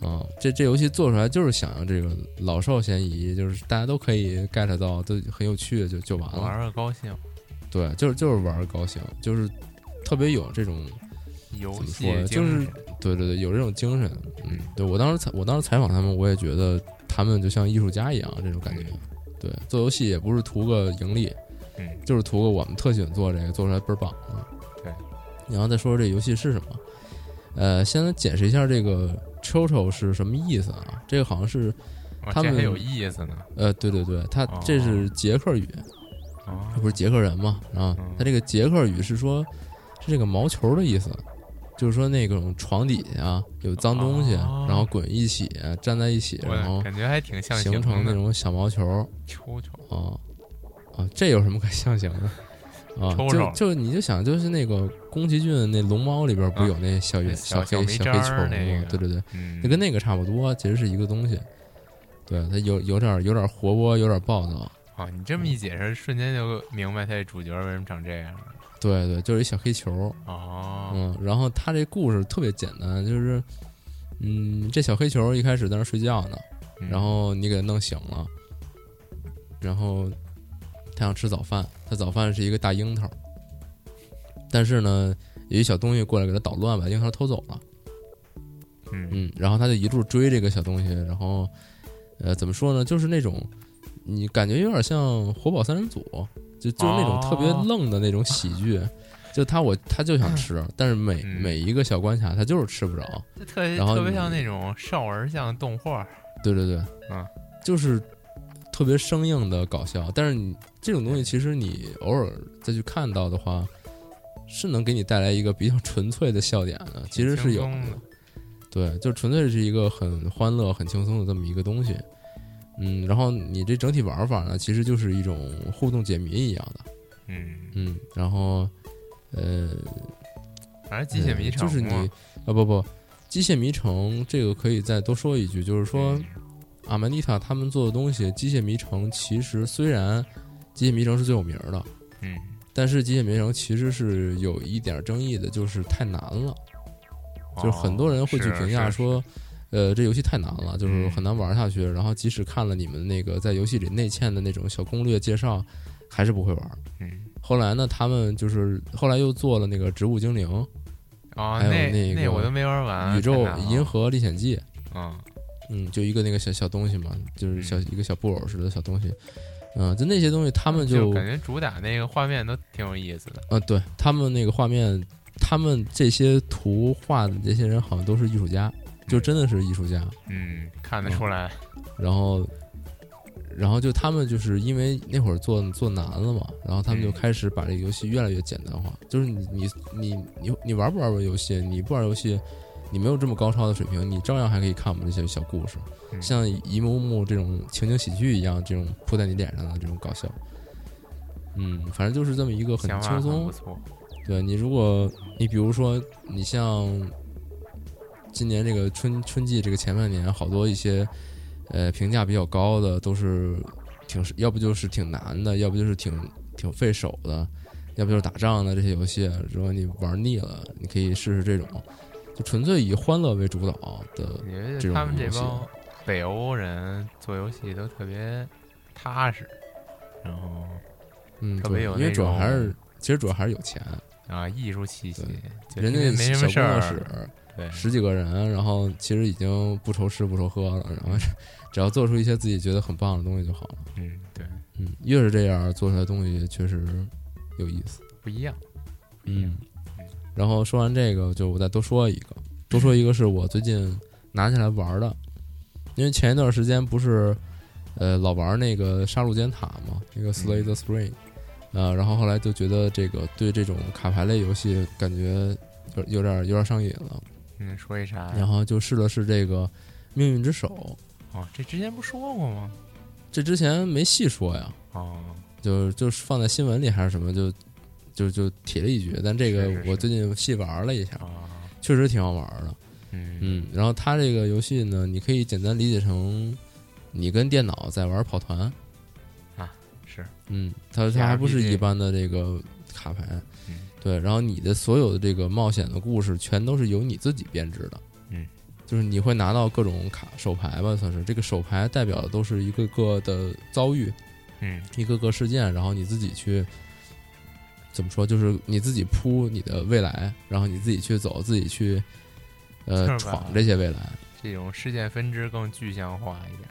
A: 啊、这这游戏做出来就是想要这个老少咸宜，就是大家都可以 get 到，都很有趣，就就完了。
B: 玩个高兴，
A: 对，就是就是玩儿高兴，就是特别有这种
B: 游
A: 怎么
B: 戏
A: 说呀就
B: 精
A: 是
B: 神
A: 对对对，有这种精神。嗯，对我当时采我当时采访他们，我也觉得他们就像艺术家一样这种感觉。对，做游戏也不是图个盈利，
B: 嗯
A: 就是图个我们特喜欢做这个，做出来倍儿棒。嗯，
B: 对。
A: 然后再说说这游戏是什么？呃，先来解释一下这个 “chocho” 是什么意思啊？这个好像是
B: 哇
A: 他
B: 这
A: 们
B: 还有意思呢，
A: 呃，对对对，它
B: 哦
A: 这是捷克语，
B: 啊
A: 他，不是捷克人嘛，啊
B: 嗯，
A: 他这个捷克语是说，是这个毛球的意思，就是说那种床底下有脏东西，
B: 哦
A: 然后滚一起粘在一起，然
B: 我
A: 后
B: 感觉还挺象
A: 形
B: 形
A: 成那
B: 的，
A: 种小毛球
B: 秋秋，
A: 啊啊，这有什么可象形的？啊，
B: 抽
A: 就
B: 抽
A: 就你就想，就是那个宫崎骏那《龙猫》里边不
B: 啊
A: 有那小圆、
B: 小小
A: 黑小
B: 煤
A: 黑
B: 渣
A: 球
B: 儿
A: 吗？
B: 那个
A: 对对对，
B: 嗯，
A: 就跟那个差不多，其实是一个东西。对他有有点有点活泼，有点暴躁。
B: 啊，你这么一解释，瞬间就明白他这主角为什么长这样了。
A: 对对，就是一小黑球，
B: 哦，
A: 嗯，然后他这故事特别简单，就是，嗯，这小黑球一开始在那儿睡觉呢，
B: 嗯
A: 然后你给它弄醒了，然后他想吃早饭，他早饭是一个大樱桃，但是呢，有一小东西过来给他捣乱，把樱桃偷走了，
B: 嗯
A: 嗯，然后他就一路追这个小东西，然后，呃，怎么说呢，就是那种你感觉有点像活宝三人组，就就是那种特别
B: 哦
A: 愣的那种喜剧。就他我他就想吃，但是每
B: 嗯
A: 每一个小关卡他就是吃不着，
B: 这特别
A: 然后
B: 特别
A: 你
B: 像那种少儿像动画。
A: 对对对，
B: 嗯，
A: 就是特别生硬的搞笑。但是你这种东西，其实你偶尔再去看到的话，是能给你带来一个比较纯粹的笑点的，其实是有
B: 轻松的
A: 对，就纯粹是一个很欢乐、很轻松的这么一个东西。嗯，然后你这整体玩法呢，其实就是一种互动解谜一样的。
B: 嗯，
A: 嗯，然后呃，
B: 反正机械迷城
A: 嗯
B: 嘛
A: 就是你啊不不，机械迷城这个可以再多说一句，就是说
B: 嗯
A: 阿曼丽塔他们做的东西，机械迷城其实虽然机械迷城是最有名儿的，
B: 嗯，
A: 但是机械迷城其实是有一点儿争议的，就是太难了，就是很多人会去
B: 哦
A: 评价，说。呃，这游戏太难了，就是
B: 嗯
A: 很难玩下去。然后即使看了你们那个在游戏里内嵌的那种小攻略介绍，还是不会玩儿。
B: 是是嗯，
A: 后来呢，他们就是后来又做了那个《植物精灵》，
B: 哦，
A: 还有
B: 那
A: 那个
B: 我都没玩完，
A: 宇宙
B: 啊太难了
A: 银河历险记》，
B: 嗯
A: 嗯，就一个那个小小东西嘛，就是小
B: 嗯
A: 一个小布偶似的小东西，嗯，就那些东西，他们
B: 啊就
A: 就
B: 感觉主打那个画面都挺有意思的。
A: 呃，对他们那个画面，他们这些图画的这些人好像都是艺术家，就真的是艺术家。
B: 嗯，看得出来。
A: 然后，然后就他们就是因为那会儿做做难了嘛，然后他们就
B: 嗯
A: 开始把这个游戏越来越简单化。就是你你你你你玩不玩游戏？你不玩游戏，你没有这么高超的水平，你照样还可以看我们这些小故事，
B: 嗯
A: 像一幕幕这种情景喜剧一样，这种扑在你脸上的这种搞笑。嗯，反正就是这么一个很
B: 想法
A: 轻松
B: 不，错，
A: 对你，如果你比如说你像今年这个春春季这个前半年，好多一些呃评价比较高的都是挺，要不就是挺难的，要不就是挺挺费手的，要不就是打仗的这些游戏。如果你玩腻了，你可以试试这种，就纯粹以欢乐为主导的
B: 我。觉
A: 这
B: 得
A: 种
B: 他们这
A: 游戏
B: 帮北欧人做游戏都特别踏实，然后
A: 嗯，
B: 特别
A: 对，
B: 有
A: 因为
B: 那
A: 主要还是
B: 种
A: 其实主要还是有钱，
B: 啊艺术气息，就
A: 人家
B: 天天没什
A: 小
B: 么
A: 工
B: 事
A: 作室
B: 儿，。啊对，
A: 十几个人，然后其实已经不愁吃不愁喝了，然后只要做出一些自己觉得很棒的东西就好了。
B: 嗯，对，
A: 嗯，越是这样做出来的东西确实有意思。
B: 不一样，不一样
A: 嗯，然后说完这个，就我再多说一个，多说一个是我最近拿起来玩的，因为前一段时间不是呃老玩那个杀戮尖塔嘛，那
B: 嗯
A: 个 Slay the Spring，、呃，然后后来就觉得这个对这种卡牌类游戏感觉有有点有点上瘾了，
B: 嗯，说一啥呀？
A: 然后就试了试这个命运之手。
B: 哦，这之前不说过吗？
A: 这之前没细说呀，
B: 哦，
A: 就就是放在新闻里还是什么，就就就提了一句。但这
B: 是
A: 个
B: 是是
A: 我最近细玩了一下，
B: 啊，
A: 确实挺好玩的。
B: 嗯
A: 嗯，然后它这个游戏呢，你可以简单理解成你跟电脑在玩跑团。
B: 是，
A: 嗯，它它还不是
B: RPG
A: 一般的这个卡牌
B: 嗯。
A: 对，然后你的所有的这个冒险的故事，全都是由你自己编织的。
B: 嗯，
A: 就是你会拿到各种卡手牌吧，算是这个手牌代表的都是一个个的遭遇。
B: 嗯
A: 一个个事件，然后你自己去怎么说，就是你自己铺你的未来，然后你自己去走，自己去
B: 是
A: 呃
B: 吧
A: 闯这些未来。
B: 这种事件分支更具象化一点。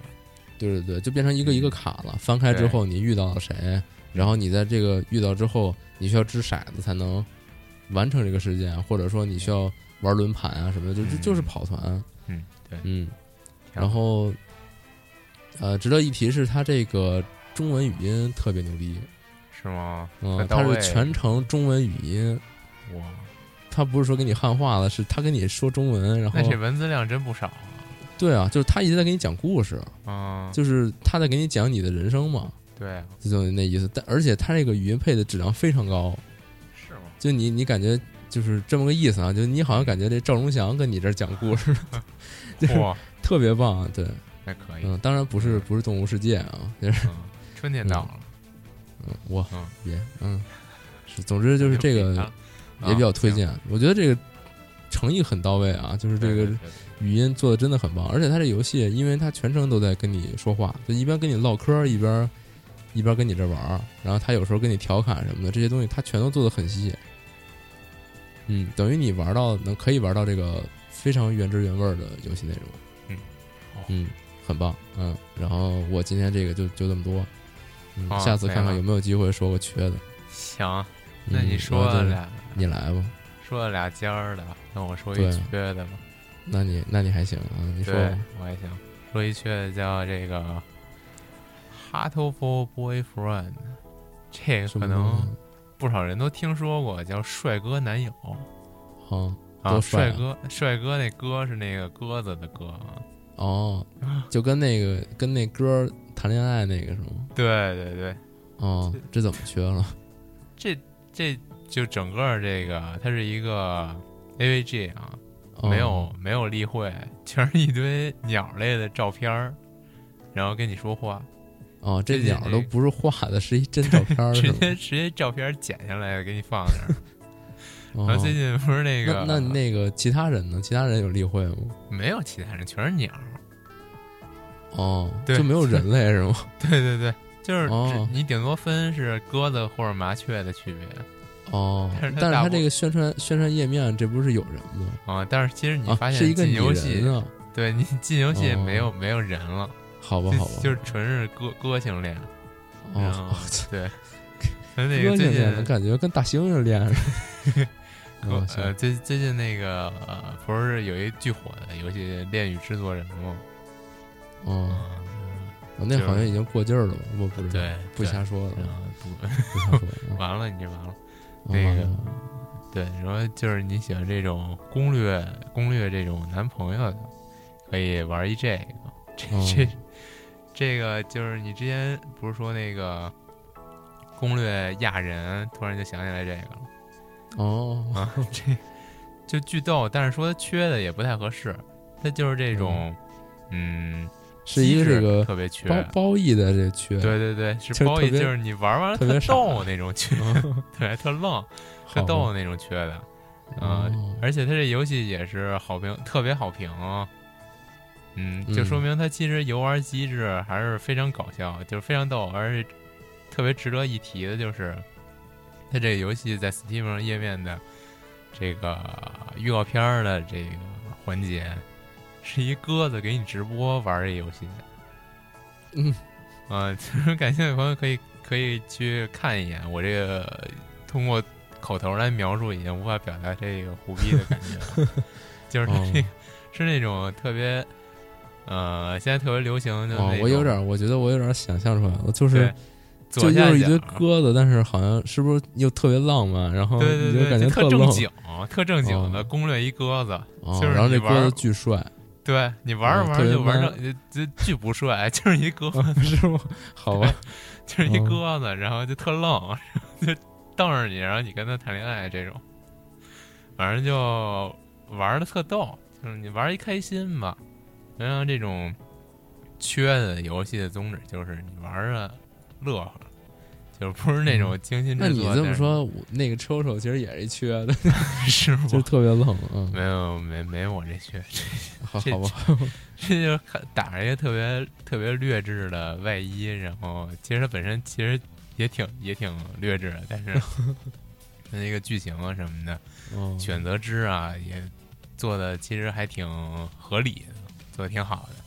A: 对对对，就变成一个
B: 嗯
A: 一个卡了。翻开之后，你遇到了谁，然后你在这个遇到之后，你需要掷骰子才能完成这个事件，或者说你需要玩轮盘啊什么的，就就
B: 嗯
A: 就是跑团。
B: 嗯，对，
A: 嗯，
B: 挺好
A: 然后呃，值得一提是它这个中文语音特别牛逼。
B: 是吗？
A: 嗯
B: 很，到
A: 它
B: 位
A: 是全程中文语音，
B: 哇，
A: 哦它不是说给你汉化了，是它跟你说中文，然后
B: 那这文字量真不少啊。
A: 对啊，就是它一直在给你讲故事，
B: 嗯，
A: 就是它在给你讲你的人生嘛，
B: 对啊，
A: 这就那意思。但而且它这个语音配的质量非常高，
B: 是吗？
A: 就你你感觉就是这么个意思 啊，就你好像感觉这赵忠祥跟你这儿讲故事，就 是
B: 哇，哎
A: 特别棒，对，
B: 还可以。
A: 嗯，当然不是不是动物世界啊，就是
B: 嗯，春天到了，
A: 嗯我
B: 嗯
A: 别嗯，是总之嗯就是这
B: 就给
A: 个
B: 它
A: 也比较
B: 啊
A: 推
B: 行
A: 荐，我觉得这个诚意很到位啊，就是这
B: 对
A: 个
B: 对对
A: 语音做的真的很棒，而且它这游戏，因为它全程都在跟你说话，就一边跟你唠嗑，一边一边跟你这玩儿，然后它有时候跟你调侃什么的，这些东西它全都做的很细节。嗯，等于你玩到能可以玩到这个非常原汁原味儿的游戏内容。
B: 嗯好
A: 嗯，很棒。嗯，然后我今天这个就就这么多。嗯，
B: 好
A: 下次看
B: 可以
A: 看
B: 啊了
A: 有没有机会说个缺的。
B: 行，那
A: 嗯
B: 你说
A: 然后
B: 了
A: 就
B: 俩，
A: 你来吧，
B: 说了俩尖儿的，那我说
A: 对
B: 一缺的吧。
A: 那你那你还行啊，你说
B: 对
A: 吧。，
B: 我还行。说一缺的叫这个 “Heartful Boyfriend”，这个
A: 什
B: 可
A: 么
B: 能
A: 东西啊
B: 不少人都听说过，叫“帅哥男友”
A: 啊
B: 啊。
A: 多帅
B: 帅
A: 啊
B: 哥，帅哥那哥是那个鸽子的鸽啊。
A: 哦，就跟那个跟那歌儿谈恋爱那个是吗？
B: 对对对，
A: 哦，这怎么缺了？
B: 这这就整个这个，它是一个 AVG 啊，
A: 哦
B: 没有没有例会，全是一堆鸟类的照片儿，然后跟你说话，
A: 哦，这
B: 最近
A: 鸟
B: 那
A: 都
B: 个
A: 不是画的，是一真照片 儿是
B: 直
A: 吗？
B: 接直接照片儿剪下来给你放那儿。然
A: 哦
B: 后最近不是那个
A: 那那那个其他人呢？其他人有例会吗？
B: 没有其他人，全是鸟儿。
A: 哦，
B: 对
A: 就没有人类是吗？
B: 对对对，就是只、
A: 哦
B: 你顶多分是鸽子或者麻雀的区别
A: 哦，
B: 但
A: 但
B: 是
A: 是
B: 它大
A: 他
B: 部
A: 这个宣传宣传页面，这不是有人吗？
B: 啊、但是其实你
A: 啊，
B: 发
A: 是
B: 现
A: 一个
B: 进
A: 女
B: 游戏，
A: 人啊，
B: 对你进游戏
A: 哦
B: 没有、没有人了，
A: 好吧
B: 就
A: 好吧，
B: 就是纯是鸽鸽性恋。然后
A: 哦，
B: 对，他那
A: 哥
B: 个最
A: 性
B: 近
A: 恋的感觉跟大猩猩恋似 的。
B: 鸽
A: 哦
B: 呃
A: 行
B: 最最近那个呃不是有一巨火的游戏《恋与制作人》吗？
A: 哦，哦那好像已经过劲儿了吧？我不知
B: 嗯
A: 道，
B: 对，
A: 不瞎说了
B: 对。，嗯然后不
A: 不瞎说了。啊
B: 完了，你这完了。
A: 哦
B: 那个对，然后就是你喜欢这种攻略攻略这种男朋友的，可以玩一这个，这
A: 哦
B: 这、这个就是你之前不是说那个攻略亚人，突然就想起来这个了
A: 哦，
B: 啊，这就巨逗，但是说缺的也不太合适，它就是这种嗯，
A: 是一
B: 机
A: 个
B: 制
A: 这个
B: 特别缺，
A: 包包义的这缺，
B: 对对对，是
A: 就是
B: 包一
A: 特别
B: 就是你玩完了
A: 特别傻嗯
B: 逗那种缺，
A: 啊
B: 对，特愣，特
A: 好吧
B: 逗那种缺的。 啊、
A: 哦
B: 而且它这游戏也是好评，特别好评、哦。嗯，就说
A: 嗯
B: 明它其实游玩机制还是非常搞笑，就是非常逗，而且特别值得一提的就是，它这个游戏在 Steam 上页面的这个预告片儿的这个环节，是一鸽子给你直播玩这游戏。
A: 嗯，
B: 啊、就是感兴趣的朋友可以可以去看一眼，我这个通过口头来描述已经无法表达这个胡逼的感觉了，就是它
A: 哦
B: 这个是那种特别，呃，现在特别流行就
A: 哦
B: 那，
A: 我有
B: 种
A: 点儿，我觉得我有点儿想象出来了，
B: 对
A: 就是，
B: 左
A: 就
B: 下角
A: 又是一堆鸽子，但是好像是不是又特别浪漫，然后
B: 对对
A: 你就
B: 对，
A: 感觉
B: 就特正
A: 愣，
B: 经，特正经的
A: 哦
B: 攻略一鸽子，
A: 哦
B: 就是
A: 然后
B: 你
A: 这
B: 玩
A: 鸽子巨帅，
B: 对你玩着
A: 哦
B: 玩
A: 特
B: 着
A: 别
B: 就玩
A: 慢
B: 成这巨不帅， 就是一鸽，
A: 是吗？好吧，
B: 就是一
A: 哦
B: 鸽子，然后就特愣， 然后就瞪着你，然后你跟他谈恋爱这种，反正就玩的特逗，就是你玩一开心吧。然后这种缺的游戏的宗旨就是你玩着乐呵，就是不是那种精心制
A: 嗯那
B: 作。
A: 你这么
B: 但是
A: 说，我那个抽抽其实也是一缺的，
B: 是吗？
A: 就是特别愣，嗯，
B: 没有没没我这缺，
A: 好
B: 这
A: 好吧，
B: 这就是看打着一个特别特别劣质的外衣，然后其实它本身其实也挺也挺劣质的，但是 它那个剧情啊什么的
A: 哦，
B: 选择之啊也做的其实还挺合理的，做的挺好的，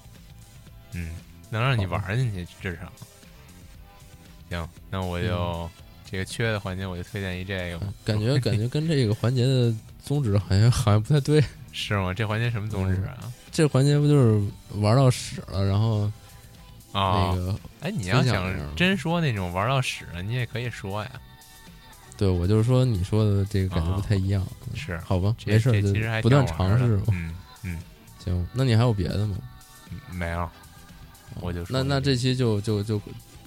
B: 嗯，能让你
A: 好吧
B: 玩儿进去至少。行，那我就、
A: 嗯
B: 这个缺的环节我就推荐一这个吧，
A: 感觉感觉跟这个环节的宗旨好像好像不太对，
B: 是吗？这环节什么宗旨啊？
A: 这环节不就是玩到屎了，然后
B: 啊、
A: 嗯那个
B: 哎，你要
A: 分享
B: 想
A: 一下吧
B: 真说那种玩到屎，你也可以说呀。
A: 对，我就是说你说的这个感觉不太一样，
B: 啊是
A: 好吧？
B: 这
A: 没事，
B: 这
A: 就
B: 其实还
A: 不
B: 挺
A: 断
B: 好玩
A: 尝
B: 儿
A: 试
B: 的
A: 嘛。
B: 嗯嗯，
A: 行，那你还有别的吗？哦
B: 没有，我就说
A: 那那
B: 这
A: 这期就就就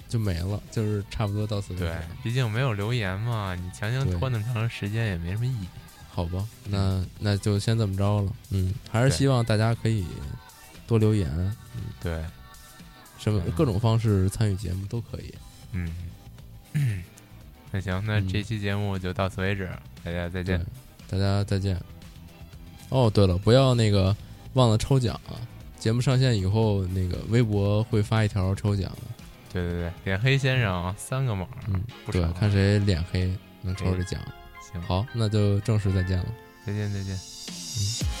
A: 就没了，就是差不多到此为止
B: 对，，毕竟没有留言嘛，你强行
A: 对
B: 拖那么长时间也没什么意义。
A: 好吧？那那嗯就先这么着了。嗯，还是
B: 对
A: 希望大家可以多留言，
B: 对，
A: 什么各种方式参与节目都可以。
B: 嗯， 那行，那
A: 嗯
B: 这期节目就到此为止，大家再见
A: 对。大家再见。哦，对了，不要那个忘了抽奖啊！节目上线以后，那个微博会发一条抽奖的，
B: 对对对，脸黑先生啊三个码，
A: 嗯，
B: 不
A: 对
B: 少，啊嗯
A: 看谁脸黑能抽着奖。
B: 行，
A: 好，那就正式再见了。
B: 再见再见。
C: 「